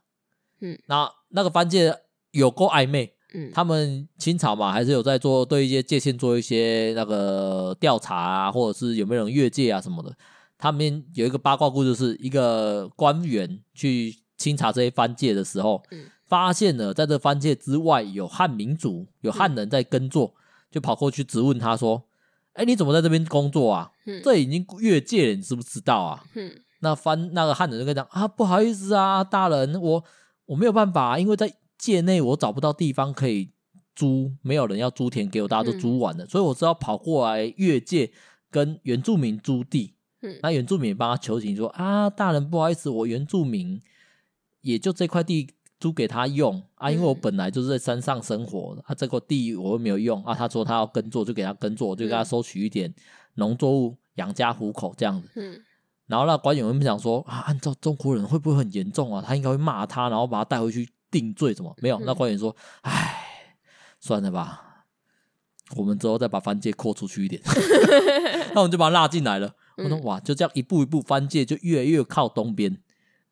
B: 嗯，
A: 那那个藩界有够暧昧，
B: 嗯
A: 他们清朝嘛，还是有在做对一些界限做一些那个调查啊，或者是有没有人越界啊什么的。他们有一个八卦故事，就是一个官员去清查这些藩界的时候，
B: 嗯
A: 发现了在这藩界之外有汉民族、有汉人在耕作，
B: 嗯
A: 就跑过去质问他说：“哎、你怎么在这边工作啊？
B: 嗯
A: 这已经越界了，你知不知道啊？”
B: 嗯
A: 那翻那个汉人就跟他讲啊，不好意思啊，大人，我我没有办法、啊因为在界内我找不到地方可以租，没有人要租田给我，大家
B: 嗯
A: 都租完了，所以我只好跑过来越界跟原住民租地。
B: 嗯
A: 那原住民也帮他求情说啊，大人不好意思，我原住民也就这块地租给他用啊，因为我
B: 嗯
A: 本来就是在山上生活的，啊，这块地我又没有用啊，他说他要耕作就给他耕作，我就给他
B: 嗯
A: 收取一点农作物养家糊口这样子。
B: 嗯
A: 然后那官员们想说啊，按照中国人会不会很严重啊？他应该会骂他，然后把他带回去定罪，怎么没有？
B: 嗯
A: 那官员说，唉，算了吧，我们之后再把番界扩出去 一点，那我们就把他拉进来了。我说
B: 嗯
A: 哇，就这样一步一步，番界就越来越靠东边。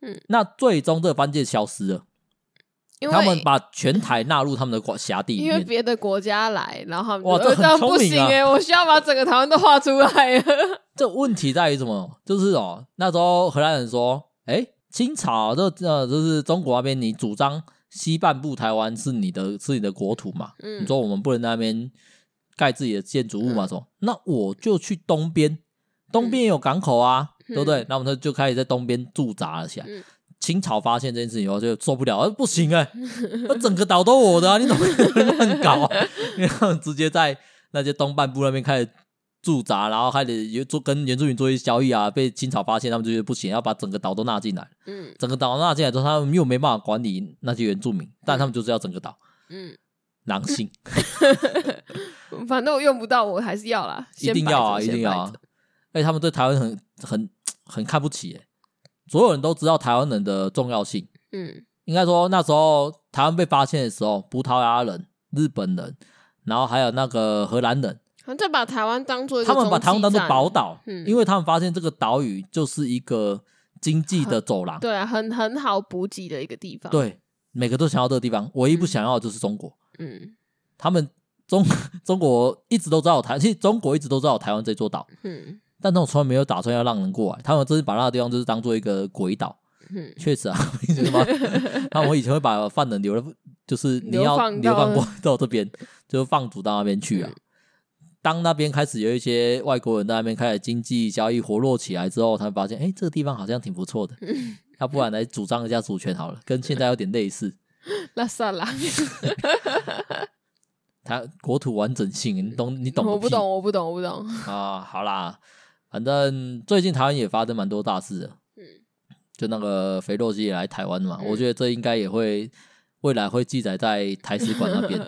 B: 嗯，
A: 那最终这个番界消失了，
B: 因为
A: 他们把全台纳入他们的管辖地里
B: 因为
A: 面。
B: 别的国家来，然后他们
A: 哇
B: 就
A: 这
B: 呃
A: 很
B: 样
A: 聪
B: 不
A: 明
B: 行
A: 啊
B: 哎、我需要把整个台湾都画出来了。
A: 这问题在于什么？就是哦，那时候荷兰人说，哎，清朝这呃，就是中国那边，你主张西半部台湾是你的是你的国土嘛？
B: 嗯
A: 你说我们不能在那边盖自己的建筑物嘛？什么？那我就去东边，东边有港口啊，
B: 嗯
A: 对不对？那我们就开始在东边驻扎了起来。
B: 嗯
A: 清朝发现这件事情以后就受不了，啊、不行 哎、那整个岛都我的啊，你怎么可以乱搞啊？ 然后直接在那些东半部那边开始驻扎，然后开始有做跟原住民做一些交易啊，被清朝发现，他们就觉得不行，要把整个岛都纳进来。
B: 嗯
A: 整个岛纳进来之后，他们又没办法管理那些原住民，但他们就是要整个岛，
B: 嗯，
A: 狼性
B: 反正我用不到，我还是要啦，
A: 一
B: 先
A: 定
B: 摆
A: 要
B: 着
A: 啊，一定
B: 先
A: 要
B: 摆
A: 啊
B: 着！
A: 哎，他们对台湾很很很看不起、欸，所有人都知道台湾人的重要性。
B: 嗯
A: 应该说那时候台湾被发现的时候，葡萄牙人、日本人，然后还有那个荷兰人，
B: 反正把台湾当做一个
A: 他们把
B: 中
A: 台湾
B: 继
A: 当做
B: 站
A: 宝，岛，
B: 嗯
A: 因为他们发现这个岛屿就是一个经济的走廊，
B: 对啊，很很好补给的一个地方。，
A: 对，每个都想要这个地方，唯一不想要的就是中国。
B: 嗯
A: 他们中 中国一直都知道有台，其实中国一直都知道有台湾这座岛，
B: 嗯
A: 但他们从来没有打算要让人过来，他们真是把那个地方就是当做一个鬼岛。
B: 嗯，
A: 确实啊， 为什 么？那我以前会把犯人留了，就是你
B: 流
A: 要
B: 放
A: 流
B: 到
A: 放
B: 嗯
A: 过到这 边，就是放逐到那边去啊。当那边开始有一些外国人在那边开始经济交易活络起来之后，他们发现，哎、这个地方好像挺不错 的，
B: 嗯
A: 要不然来主张一下主权好了，跟现在有点类似。
B: 拉萨拉，
A: 它国土完整性，你懂你 懂个
B: 我不
A: 屁
B: 懂，我不懂，我不懂。
A: 啊？好啦，反正最近台湾也发生蛮多大事的，
B: 嗯
A: 就那个肥肉鸡也来台湾嘛，
B: 嗯
A: 我觉得这应该也会未来会记载在 台史馆那边。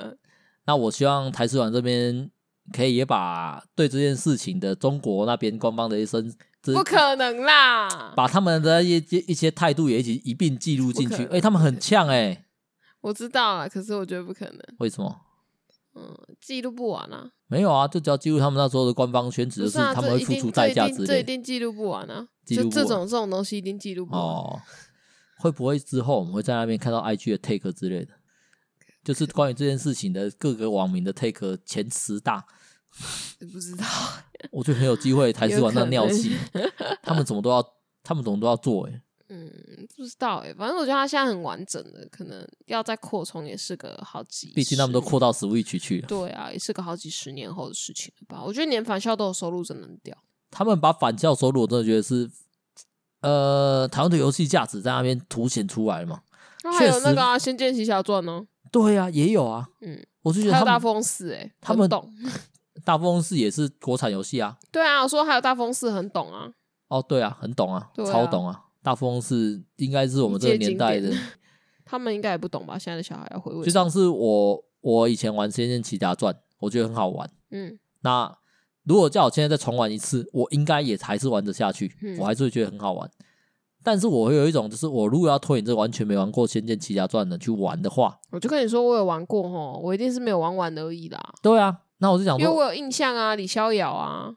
A: 那我希望台史馆这边可以也把对这件事情的中国那边官方的一声，这
B: 不可能啦！
A: 把他们的一些一些态度也一起一并记录进
B: 不
A: 去。
B: 可
A: 哎、
B: 能
A: 他们很呛哎、
B: 我知道了，可是我觉得不可能，
A: 为什么？
B: 嗯，记录不完啊。
A: 没有啊，就只要记录他们那时候的官方宣旨，
B: 不
A: 就是
B: 是啊，
A: 他们
B: 这
A: 会
B: 一
A: 付
B: 定
A: 出代价
B: 这一
A: 之
B: 定这一
A: 类的。
B: 定记录不完啊！
A: 记录
B: 就
A: 不完
B: 这种这种东西一定记录不完。
A: 哦，会不会之后我们会在那边看到 IG 的 take 之类的？就是关于这件事情的各个网民的 take 前十大，
B: 不知道，
A: 我觉得很有机 会台式玩那尿性
B: 有，
A: 他们怎么都要，他们怎么都要做哎、
B: 嗯，不知道哎、反正我觉得它现在很完整的，可能要再扩充也是个好几十，
A: 毕竟他们都扩到 Switch 去了，
B: 对啊，也是个好几十年后的事情了吧？我觉得连返校都有收入，真的很屌。
A: 他们把返校收入，我真的觉得是，呃，台湾的游戏价值在那边凸显出来了嘛。
B: 那还有
A: 确实
B: 那个、啊《仙剑奇侠传》呢，
A: 对呀、也有啊，
B: 嗯，
A: 我就觉得
B: 还
A: 他
B: 有大
A: 们
B: 富翁四，哎，
A: 他
B: 很
A: 们
B: 懂。
A: 大富翁是也是国产游戏啊，
B: 对啊，我说还有大富翁四很懂啊，
A: 哦，对啊，很懂啊，
B: 对啊
A: 超懂啊，大富翁是应该是我们这个年代的
B: 一届，经他们应该也不懂吧？现在的小孩要回味
A: 就，像是我我以前玩《仙剑奇侠传》，我觉得很好玩。
B: 嗯，
A: 那如果叫我现在再重玩一次，我应该也还是玩得下去，
B: 嗯
A: 我还是会觉得很好玩。但是我会有一种，就是我如果要推你这完全没玩过《仙剑奇侠传》的去玩的话，
B: 我就跟你说，我有玩过吼，我一定是没有玩完而已啦，
A: 对啊，那我就想
B: 因为
A: 说，
B: 我有印象啊，李逍遥啊，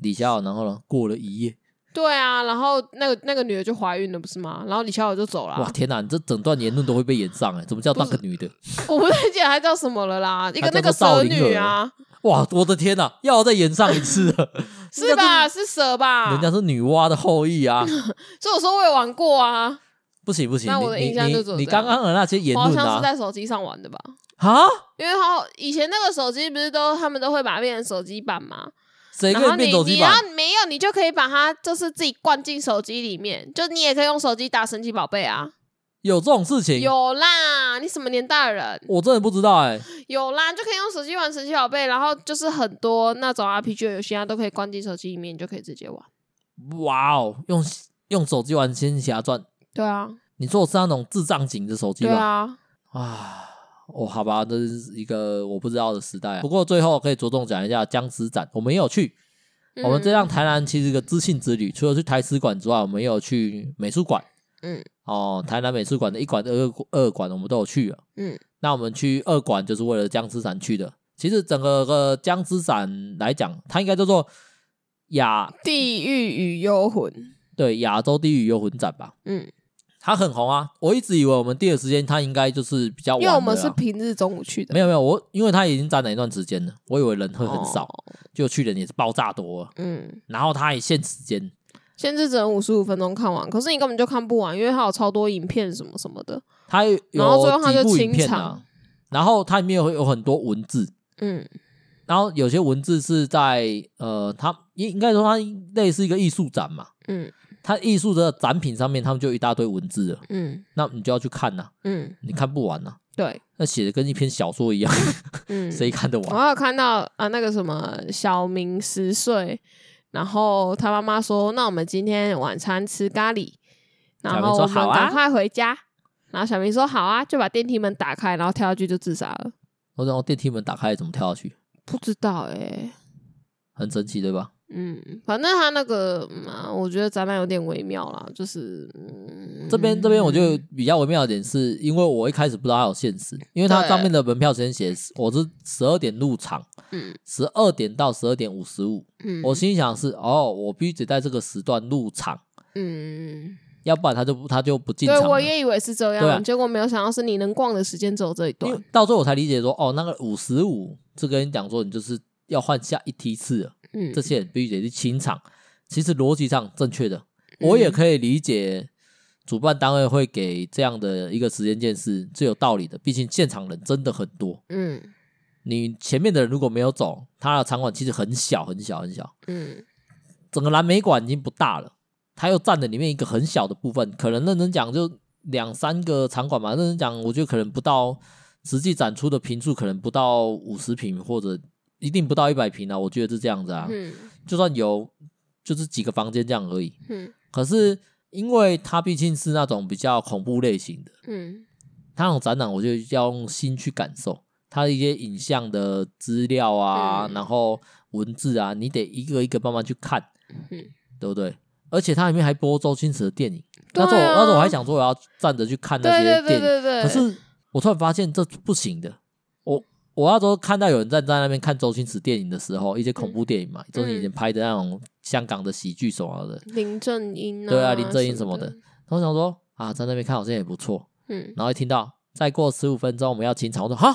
A: 李逍遥，然后呢，过了一夜，
B: 对啊，然后那个那个女的就怀孕了，不是吗？然后李逍遥就走了啊
A: 哇，，天哪，你这整段言论都会被演上哎、怎么叫那个女的？
B: 我不太记得她叫什么了啦，一
A: 她
B: 个那
A: 叫
B: 个
A: 做赵
B: 蛇
A: 灵儿
B: 女啊，
A: 哇，我的天哪，要再演上一次了，
B: 是吧？是蛇吧？
A: 人家是女娲的后裔 啊！
B: 所以我说我有玩过啊，
A: 不行不行，
B: 那我的
A: 你
B: 印象
A: 你
B: 就
A: 你
B: 只有
A: 你
B: 这样
A: 刚刚的那些言
B: 我好
A: 论
B: 像是
A: 啊
B: 在手机上玩的吧？
A: 啊，
B: 因为他以前那个手机不是都他们都会把它变成手机版嘛，
A: 谁
B: 然
A: 可
B: 后
A: 以变
B: 你
A: 手
B: 你
A: 机
B: 要
A: 版？
B: 没有，你就可以把它就是自己灌进手机里面，就你也可以用手机打神奇宝贝啊。
A: 有这种事情？
B: 有啦，你什么年代的人？
A: 我真的不知道哎、
B: 有啦，就可以用手机玩神奇宝贝，然后就是很多那种 RPG 的游戏，它都可以灌进手机里面，你就可以直接玩。
A: 哇哦，用用手机玩《仙剑奇侠传》，
B: 对啊，
A: 你说的是那种智障型的手机
B: 对
A: 吧？
B: 啊，
A: 啊，哦，好吧，这是一个我不知道的时代、啊。不过最后可以着重讲一下僵尸展，我们也有去。我们这
B: 样，
A: 趟台南其实一个知性之旅，除了去台史馆之外，我们也有去美术馆。
B: 嗯，
A: 哦，台南美术馆的一馆、二二馆我们都有去了。
B: 嗯，
A: 那我们去二馆就是为了僵尸展去的。其实整个个僵尸展来讲，它应该叫做亚
B: 地狱与幽魂，
A: 对亚洲地狱游魂展吧。
B: 嗯，
A: 它很红啊，我一直以为我们第二时间它应该就是比较晚
B: 因
A: 的啊
B: 为
A: 啦
B: 我们是平日中午去的，
A: 没有没有，我因为它已经展览一段时间了，我以为人会很少，
B: 哦
A: 就去的人也是爆炸多了。
B: 嗯，
A: 然后它也限时间，
B: 限制只能五十五分钟看完，可是你根本就看不完，因为它有超多影片什么什么的。
A: 它有
B: 然后最后它
A: 几
B: 就
A: 部
B: 清
A: 影片啊
B: 场，
A: 然后它里面会有很多文字，
B: 嗯
A: 然后有些文字是在呃，它应应该说它类似一个艺术展嘛，
B: 嗯
A: 它艺术的展品上面他们就有一大堆文字了，
B: 嗯
A: 那你就要去看呐、
B: 嗯，
A: 你看不完呐、
B: 对，
A: 那写的跟一篇小说一样，
B: 嗯，
A: 谁看得
B: 我
A: 完？
B: 还有看到啊，那个什么小明十岁，然后他妈妈说：“那我们今天晚餐吃咖喱。”然后我
A: 小明说好
B: 们
A: 啊
B: 赶快回家。然后小明说：“好啊！”就把电梯门打开，然后跳下去就自杀了。
A: 我然后电梯门打开怎么跳下去？
B: 不知道哎、
A: 欸很神奇对吧？
B: 嗯，反正他那个、嗯啊我觉得展览有点微妙啦，就是、嗯、
A: 这边这边我就比较微妙的点是，因为我一开始不知道它有限时，因为它
B: 对
A: 上面的门票时间写我是十二点入场，
B: 嗯
A: 十二点到十二点五十五。
B: 嗯
A: 我心想是哦，我必须得在这个时段入场，
B: 嗯，
A: 要不然他就不他就不进场
B: 对，
A: 了。
B: 我也以为是这样，
A: 对啊
B: 结果没有想到是你能逛的时间只有这一
A: 因
B: 段
A: 为。到最后我才理解说，哦，那个五十五是跟你讲说，你就是要换下一梯次了，
B: 嗯
A: 这些人必须得去清场。其实逻辑上正确的，我也可以理解主办单位会给这样的一个时间件是最有道理的，毕竟现场人真的很多。
B: 嗯
A: 你前面的人如果没有走，他的场馆其实很小很小很小，
B: 嗯
A: 整个蓝莓馆已经不大了，他又占了里面一个很小的部分，可能认真讲就两三个场馆嘛，认真讲我觉得可能不到实际展出的平数可能不到五十平或者一定不到一百平啊，我觉得是这样子啊。
B: 嗯
A: 就算有，就是几个房间这样而已。
B: 嗯
A: 可是因为它毕竟是那种比较恐怖类型的，
B: 嗯
A: 它那种展览，我就要用心去感受它的一些影像的资料啊，
B: 嗯
A: 然后文字啊，你得一个一个慢慢去看，
B: 嗯
A: 对不对？而且它里面还播周星驰的电影，那时
B: 对
A: 候我
B: 啊
A: 那时候我还想说我要站着去看那
B: 对
A: 些
B: 对
A: 电
B: 对
A: 影，
B: 对对，
A: 可是我突然发现这不行的。我我那时候看到有人站在那边看周星驰电影的时候，一些恐怖电影嘛，周星驰以前拍的那种香港的喜剧什么的，
B: 林正英啊，
A: 对啊林正英什么的
B: 的，
A: 然后我想说啊，在那边看好像也不错。
B: 嗯，
A: 然后一听到再过十五分钟我们要清场，我说哈，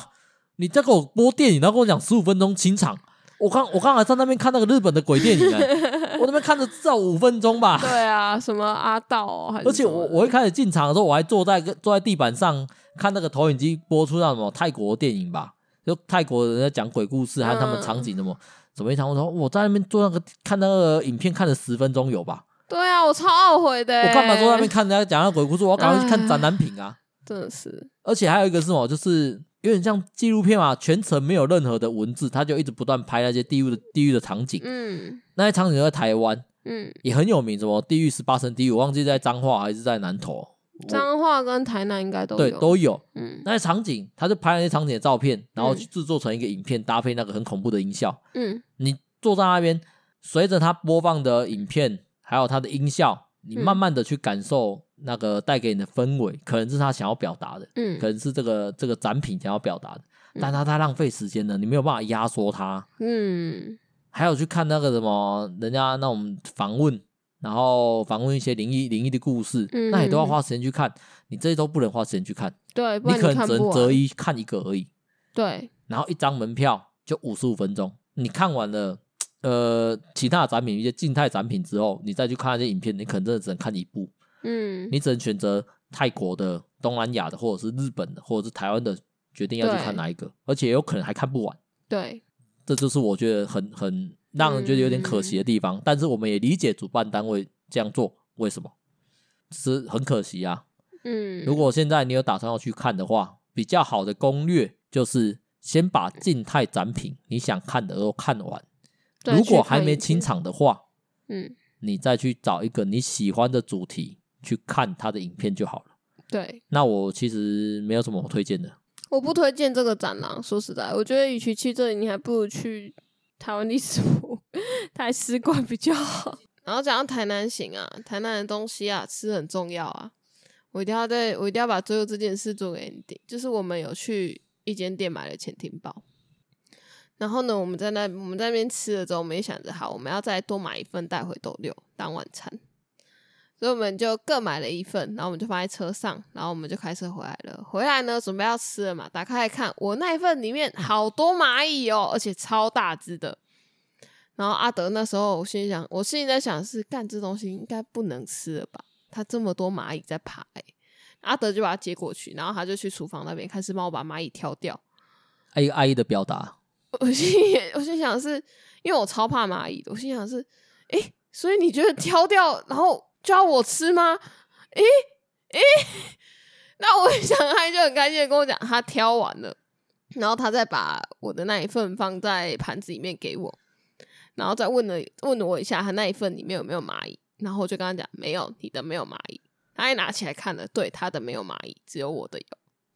A: 你在给我播电影，然后跟我讲十五分钟清场。我刚我刚才在那边看那个日本的鬼电影、 欸，我那边看了至少五分钟吧。
B: 对啊，什么阿道哦还是
A: 而且
B: 什么
A: 我
B: 的
A: 我一开始进场的时候，我还坐在坐在地板上看那个投影机播出那什么泰国电影吧，就泰国人在讲鬼故事和他们
B: 嗯
A: 场景什么、怎么一场。我说我在那边坐那个看那个影片看了十分钟有吧，
B: 对啊，我超懊悔的欸，
A: 我干嘛坐在那边看人家讲那鬼故事？我要赶快去看展览品
B: 嗯
A: 啊！
B: 真的是，
A: 而且还有一个是什么，就是有点像纪录片嘛，全程没有任何的文字，他就一直不断拍那些地狱的地狱的场景，
B: 嗯
A: 那些场景在台湾
B: 嗯，
A: 也很有名，什么地狱十八层地狱，我忘记在彰化还是在南投。我
B: 彰化跟台南应该都
A: 对
B: 有，
A: 都有，
B: 嗯
A: 那些场景，他就拍那些场景的照片，然后去制作成一个影片，搭配那个很恐怖的音效。
B: 嗯
A: 你坐在那边，随着他播放的影片，还有他的音效，你
B: 嗯
A: 慢慢的去感受那个带给你的氛围，可能是他想要表达的，
B: 嗯
A: 可，能是这个这个展品想要表达的，
B: 嗯
A: 但他太浪费时间了，你没有办法压缩它。
B: 嗯
A: 还有去看那个什么，人家那种访问，然后访问一些灵异灵异的故事，
B: 嗯
A: 那也都要花时间去看，你这些都不能花时间去看。
B: 对，不
A: 你
B: 然
A: 可能
B: 看
A: 只
B: 不
A: 能择
B: 完，
A: 一看一个而已，
B: 对，
A: 然后一张门票就五十五分钟，你看完了。呃，其他的展品一些静态展品之后，你再去看那些影片，你可能真的只能看一部，
B: 嗯
A: 你只能选择泰国的、东南亚的，或者是日本的，或者是台湾的，决定要去看
B: 对
A: 哪一个，而且有可能还看不完，
B: 对，
A: 这就是我觉得很
B: 嗯
A: 很让人觉得有点可惜的地方。但是我们也理解主办单位这样做为什么，只是很可惜啊。
B: 嗯，
A: 如果现在你有打算要去看的话，比较好的攻略就是先把静态展品你想看的都看完。
B: 再
A: 如果
B: 去看
A: 还没
B: 一
A: 清
B: 次，
A: 场的话，
B: 嗯，
A: 你再去找一个你喜欢的主题去看它的影片就好了。
B: 对，
A: 那我其实没有什么推荐的，
B: 我不推荐这个展览。说实在，我觉得与其去这里，你还不如去台湾历史博台史馆比较好。然后讲到台南行啊，台南的东西啊，吃很重要啊。我一定要对我一定要把最后这件事做给你听，就是我们有去一间店买了潜艇包，然后呢，我们在那我们在那边吃了之后，我们也想着好，我们要再多买一份带回斗六当晚餐，所以我们就各买了一份，然后我们就放在车上，然后我们就开车回来了。回来呢，准备要吃了嘛，打开来看，我那一份里面好多蚂蚁哦，而且超大只的。然后阿德那时候，我心里想，我心里在想是，干这东西应该不能吃了吧？它这么多蚂蚁在爬、欸，阿德就把它接过去，然后他就去厨房那边开始帮我把蚂蚁挑掉。
A: 爱爱意的表达。
B: 我心里我心想是，因为我超怕蚂蚁的，我心想是，诶，所以你觉得挑掉然后就要我吃吗？诶诶，那我想他就很开心的跟我讲，他挑完了，然后他再把我的那一份放在盘子里面给我，然后再问了问了我一下，他那一份里面有没有蚂蚁，然后我就跟他讲没有，你的没有蚂蚁。他一拿起来看了，对，他的没有蚂蚁，只有我的有。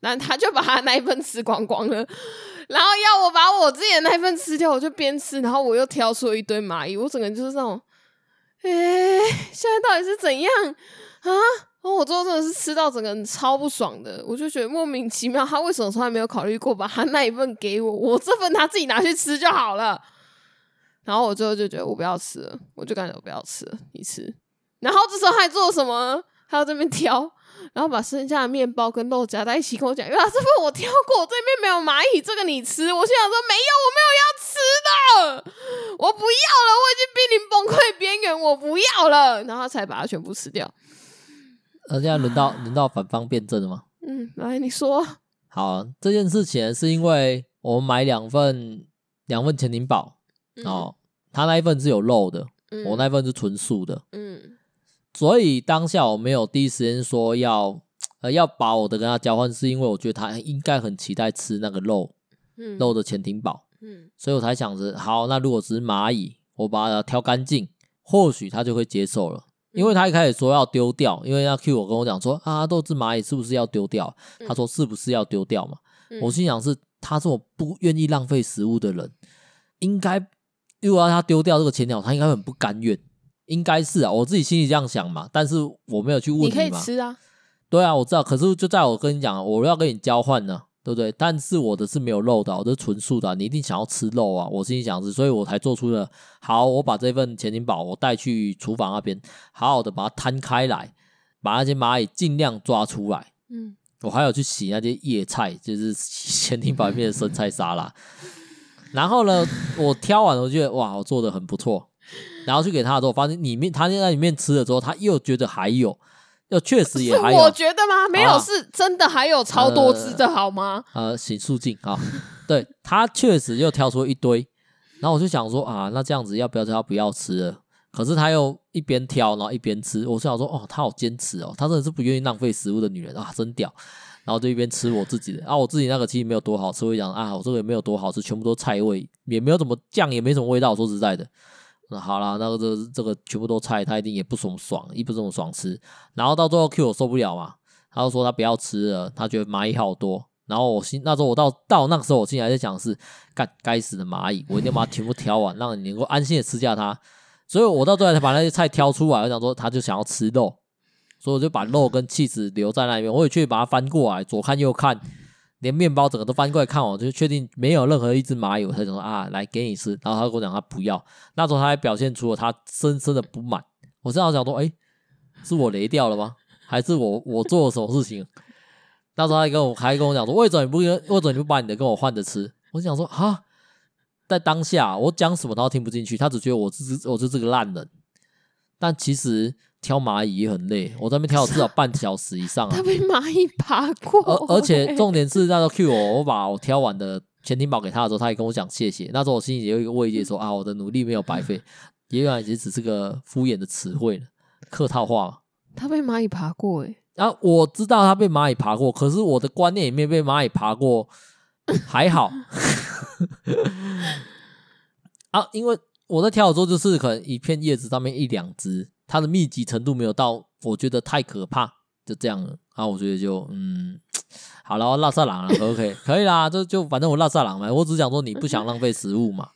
B: 然后他就把他那一份吃光光了，然后要我把我自己的那一份吃掉，我就边吃，然后我又挑出了一堆蚂蚁，我整个人就是那种，哎、现在到底是怎样啊？然后我最后真的是吃到整个人超不爽的，我就觉得莫名其妙，他为什么从来没有考虑过把他那一份给我，我这份他自己拿去吃就好了。然后我最后就觉得我不要吃了，我就感觉我不要吃了，你吃。然后这时候还做什么呢？还要这边挑，然后把剩下的面包跟肉夹在一起跟我讲，哎原来这份我挑过，我这里面没有蚂蚁，这个你吃。我心想说没有，我没有要吃的，我不要了，我已经濒临崩溃边缘，我不要了。然后才把它全部吃掉。
A: 那呃现在轮 到轮到反方辩证了吗？
B: 嗯，来你说，
A: 好，这件事情是因为我们买两份两份潜艇堡、
B: 嗯，
A: 哦，他那一份是有肉的，
B: 嗯
A: 我那一份是纯素的，
B: 嗯
A: 所以当下我没有第一时间说要呃要把我的跟他交换，是因为我觉得他应该很期待吃那个肉
B: 嗯
A: 肉的潜艇堡，
B: 嗯
A: 所以我才想着，好，那如果只是蚂蚁，我把它挑干净，或许他就会接受了。
B: 嗯
A: 因为他一开始说要丢掉，因为那 Q 我跟我讲说啊，豆制蚂蚁是不是要丢掉？
B: 嗯
A: 他说是不是要丢掉嘛？
B: 嗯
A: 我心想是他这种不愿意浪费食物的人，应该如果要他丢掉这个前鸟，他应该很不甘愿，应该是啊，我自己心里这样想嘛。但是我没有去问
B: 你可以
A: 嘛，
B: 吃啊，
A: 对啊，我知道。可是就在我跟你讲，我要跟你交换呢、对不对？但是我的是没有肉的啊，我的是纯素的啊、你一定想要吃肉啊！我心里想是，所以我才做出了好，我把这份钱金宝我带去厨房那边，好好的把它摊开来，把那些蚂蚁尽量抓出来。
B: 嗯，
A: 我还有去洗那些叶菜，就是 前庭版面的生菜沙拉。然后呢，我挑完我觉得哇，我做的很不错。然后去给他的时候，发现里面他在里面吃了之后，他又觉得还有，又确实也
B: 是
A: 还有啊
B: 我觉得吗？没
A: 好
B: 有，
A: 啦
B: 是真的还有超多只的好吗？
A: 呃，洗漱镜啊，对他确实又挑出一堆。然后我就想说啊，那这样子要不要叫他不要吃了？可是他又一边挑，然后一边吃。我就想说，哦，他好坚持哦，他真的是不愿意浪费食物的女人啊，真屌。然后就一边吃我自己的，啊，我自己那个其实没有多好吃，我就想啊，我这个也没有多好吃，全部都菜味，也没有怎么酱，也没什么味道。说实在的，那好啦，那个这个这个全部都菜，他一定也不怎么爽，也不怎么爽吃。然后到最后 Q 我受不了嘛，他就说他不要吃了，他觉得蚂蚁好多。然后我心那时候我到到那个时候我心里还在想的是，干该死的蚂蚁，我一定要把它全部挑完，让你能够安心的吃下它。所以我到最后才把那些菜挑出来，我想说他就想要吃肉，所以我就把肉跟气质留在那边，我也去把它翻过来，左看右看，连面包整个都翻过来看我，就确定没有任何一只蚂蚁，我才想说啊，来给你吃。然后他跟我讲他不要，那时候他还表现出了他深深的不满。我正要想说，哎、是我雷掉了吗？还是我我做了什么事情？那时候他还跟我还跟我讲说，为什么你不跟为什么你不把你的跟我换着吃？我想说啊，在当下我讲什么他都听不进去，他只觉得我是我就是个烂人。但其实挑蚂蚁也很累，我在那边挑了至少半小时以上啊
B: 它。被蚂蚁爬过
A: 而，而且
B: 欸
A: 重点是那时候 Q 我，我把我挑完的潜艇堡给他的时候，他也跟我讲谢谢。那时候我心里也有一个慰藉说，啊，我的努力没有白费，也原来也只是个敷衍的词汇呢，客套话嘛。
B: 它被蚂蚁爬过，哎，
A: 啊，我知道他被蚂蚁爬过，可是我的观念里面被蚂蚁爬 过还好啊，因为我在跳的时候就是可能一片叶子上面一两只，它的密集程度没有到，我觉得太可怕，就这样了啊，我觉得就嗯。好了，拉萨朗了，可不可以？啊可以啦，就就反正我拉萨朗嘛，我只想说你不想浪费食物嘛，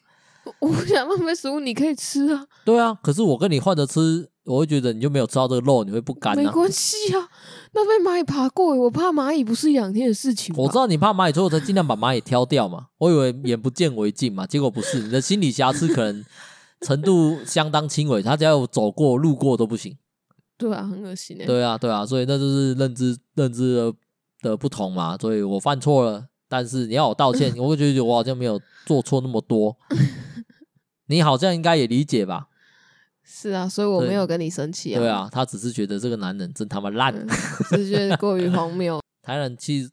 B: 我想浪费食物，你可以吃啊，
A: 对啊。可是我跟你换着吃，我会觉得你就没有吃到这个肉，你会不甘
B: 没
A: 啊。
B: 关系啊。那被蚂蚁爬过，欸我怕蚂蚁不是一两天的事情 吧。
A: 我知道你怕蚂蚁，所以我才尽量把蚂蚁挑掉嘛。我以为眼不见为净嘛，结果不是。你的心理瑕疵可能程度相当轻微，他只要有走过、路过都不行。
B: 对啊，很恶心哎。
A: 对啊，对啊，所以那就是认知认知的的不同嘛。所以我犯错了，但是你要我道歉，我会觉得我好像没有做错那么多。你好像应该也理解吧？
B: 是啊，所以我
A: 对
B: 没有跟你生气啊。
A: 对，啊，他只是觉得这个男人真他妈烂。
B: 只是觉得过于荒 谬。
A: 台南其实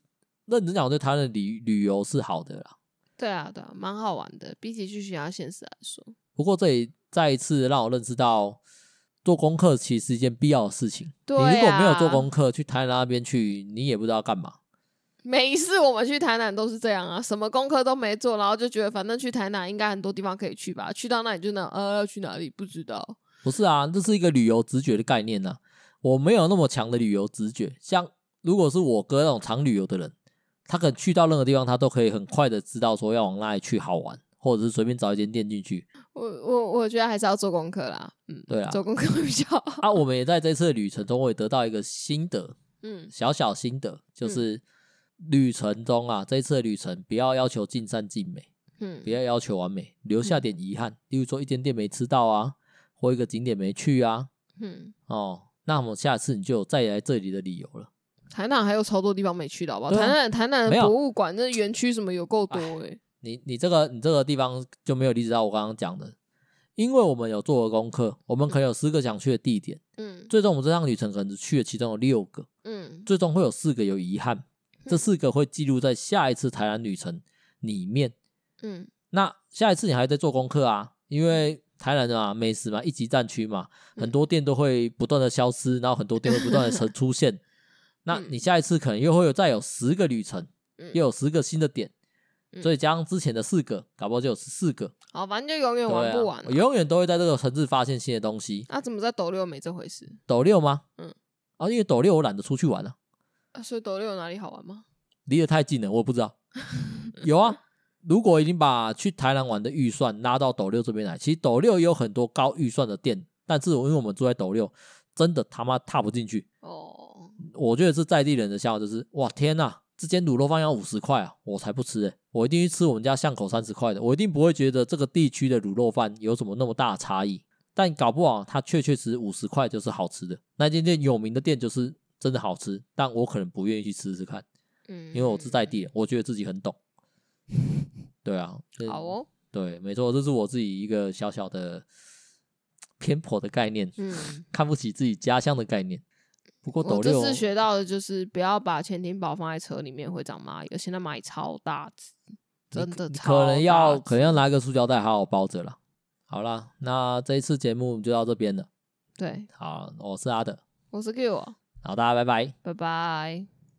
A: 认真讲，我对台南的旅旅游是好的啦。
B: 对啊，对啊，蛮好玩的。比起去其他县市来说，
A: 不过这也再一次让我认识到，做功课其实是一件必要的事情。
B: 对
A: 你如果没有做
B: 啊
A: 功课，去台南那边去，你也不知道干嘛。
B: 每一次我们去台南都是这样啊，什么功课都没做，然后就觉得反正去台南应该很多地方可以去吧，去到那里就那呃要去哪里不知道。
A: 不是啊，这是一个旅游直觉的概念呐、我没有那么强的旅游直觉，像如果是我哥那种常旅游的人，他可能去到任何地方，他都可以很快的知道说要往哪里去好玩，或者是随便找一间店进去。
B: 我我我觉得还是要做功课啦，嗯，
A: 对啊
B: 做功课比较好。
A: 啊，我们也在这次的旅程中，我也得到一个心得，
B: 嗯，
A: 小小心得，就是旅程中啊，这次的旅程不要要求尽善尽美。
B: 嗯
A: 不要要求完美，留下点遗憾，例如说一间店没吃到啊，或一个景点没去啊，
B: 嗯，
A: 哦，那么下次你就有再来这里的理由了。
B: 台南还有超多地方没去的好不好？
A: 对啊
B: 台南台南
A: 没
B: 的
A: 有哎
B: 博物馆、那园区什么有够多欸诶、
A: 你你这个你这个地方就没有理解到我刚刚讲的，因为我们有做了功课，我们可能有四个想去的地点，
B: 嗯
A: 最终我们这趟旅程可能只去了其中有六个，
B: 嗯
A: 最终会有四个有遗憾，这四个会记录在下一次台南旅程里面。
B: 嗯
A: 那下一次你还在做功课啊，因为台南的嘛，美食嘛，一级战区嘛，
B: 嗯
A: 很多店都会不断的消失，然后很多店会不断的出现。那
B: 嗯
A: 你下一次可能又会有再有十个旅程，
B: 嗯
A: 又有十个新的点，
B: 嗯
A: 所以加上之前的四个，搞不好就有十四个。
B: 好，反正就永远
A: 对
B: 玩
A: 啊，
B: 不完啊、啊
A: 我永远都会在这个城市发现新的东西。
B: 那、怎么在斗六没这回事？
A: 斗六吗？
B: 嗯，
A: 啊，因为斗六我懒得出去玩了、
B: 啊、所以斗六有哪里好玩吗？
A: 离得太近了，我也不知道。有啊，如果已经把去台南玩的预算拉到斗六这边来，其实斗六也有很多高预算的店，但是我因为我们住在斗六，真的他妈踏不进去。
B: 哦，
A: 我觉得是在地人的想法就是，哇天呐、这间卤肉饭要五十块啊，我才不吃诶、我一定去吃我们家巷口三十块的，我一定不会觉得这个地区的卤肉饭有什么那么大的差异。但搞不好它确确实五十块就是好吃的，那间店有名的店就是真的好吃，但我可能不愿意去吃吃看，
B: 嗯，
A: 因为我是在地人，我觉得自己很 懂。对啊，这
B: 好哦，
A: 对，没错，这是我自己一个小小的偏颇的概念，
B: 嗯，
A: 看不起自己家乡的概念。不过斗
B: 我这
A: 六
B: 次学到的就是不要把潜艇堡放在车里面，会长蚂蚁，而且那蚂蚁超大只，真的
A: 你
B: 超
A: 可能要
B: 大只
A: 可能要拿个塑胶袋好好包着了。好啦，那这一次节目就到这边了。
B: 对，
A: 好，我是阿德，
B: 我是 Q，啊
A: 好，大家拜拜。
B: 拜拜。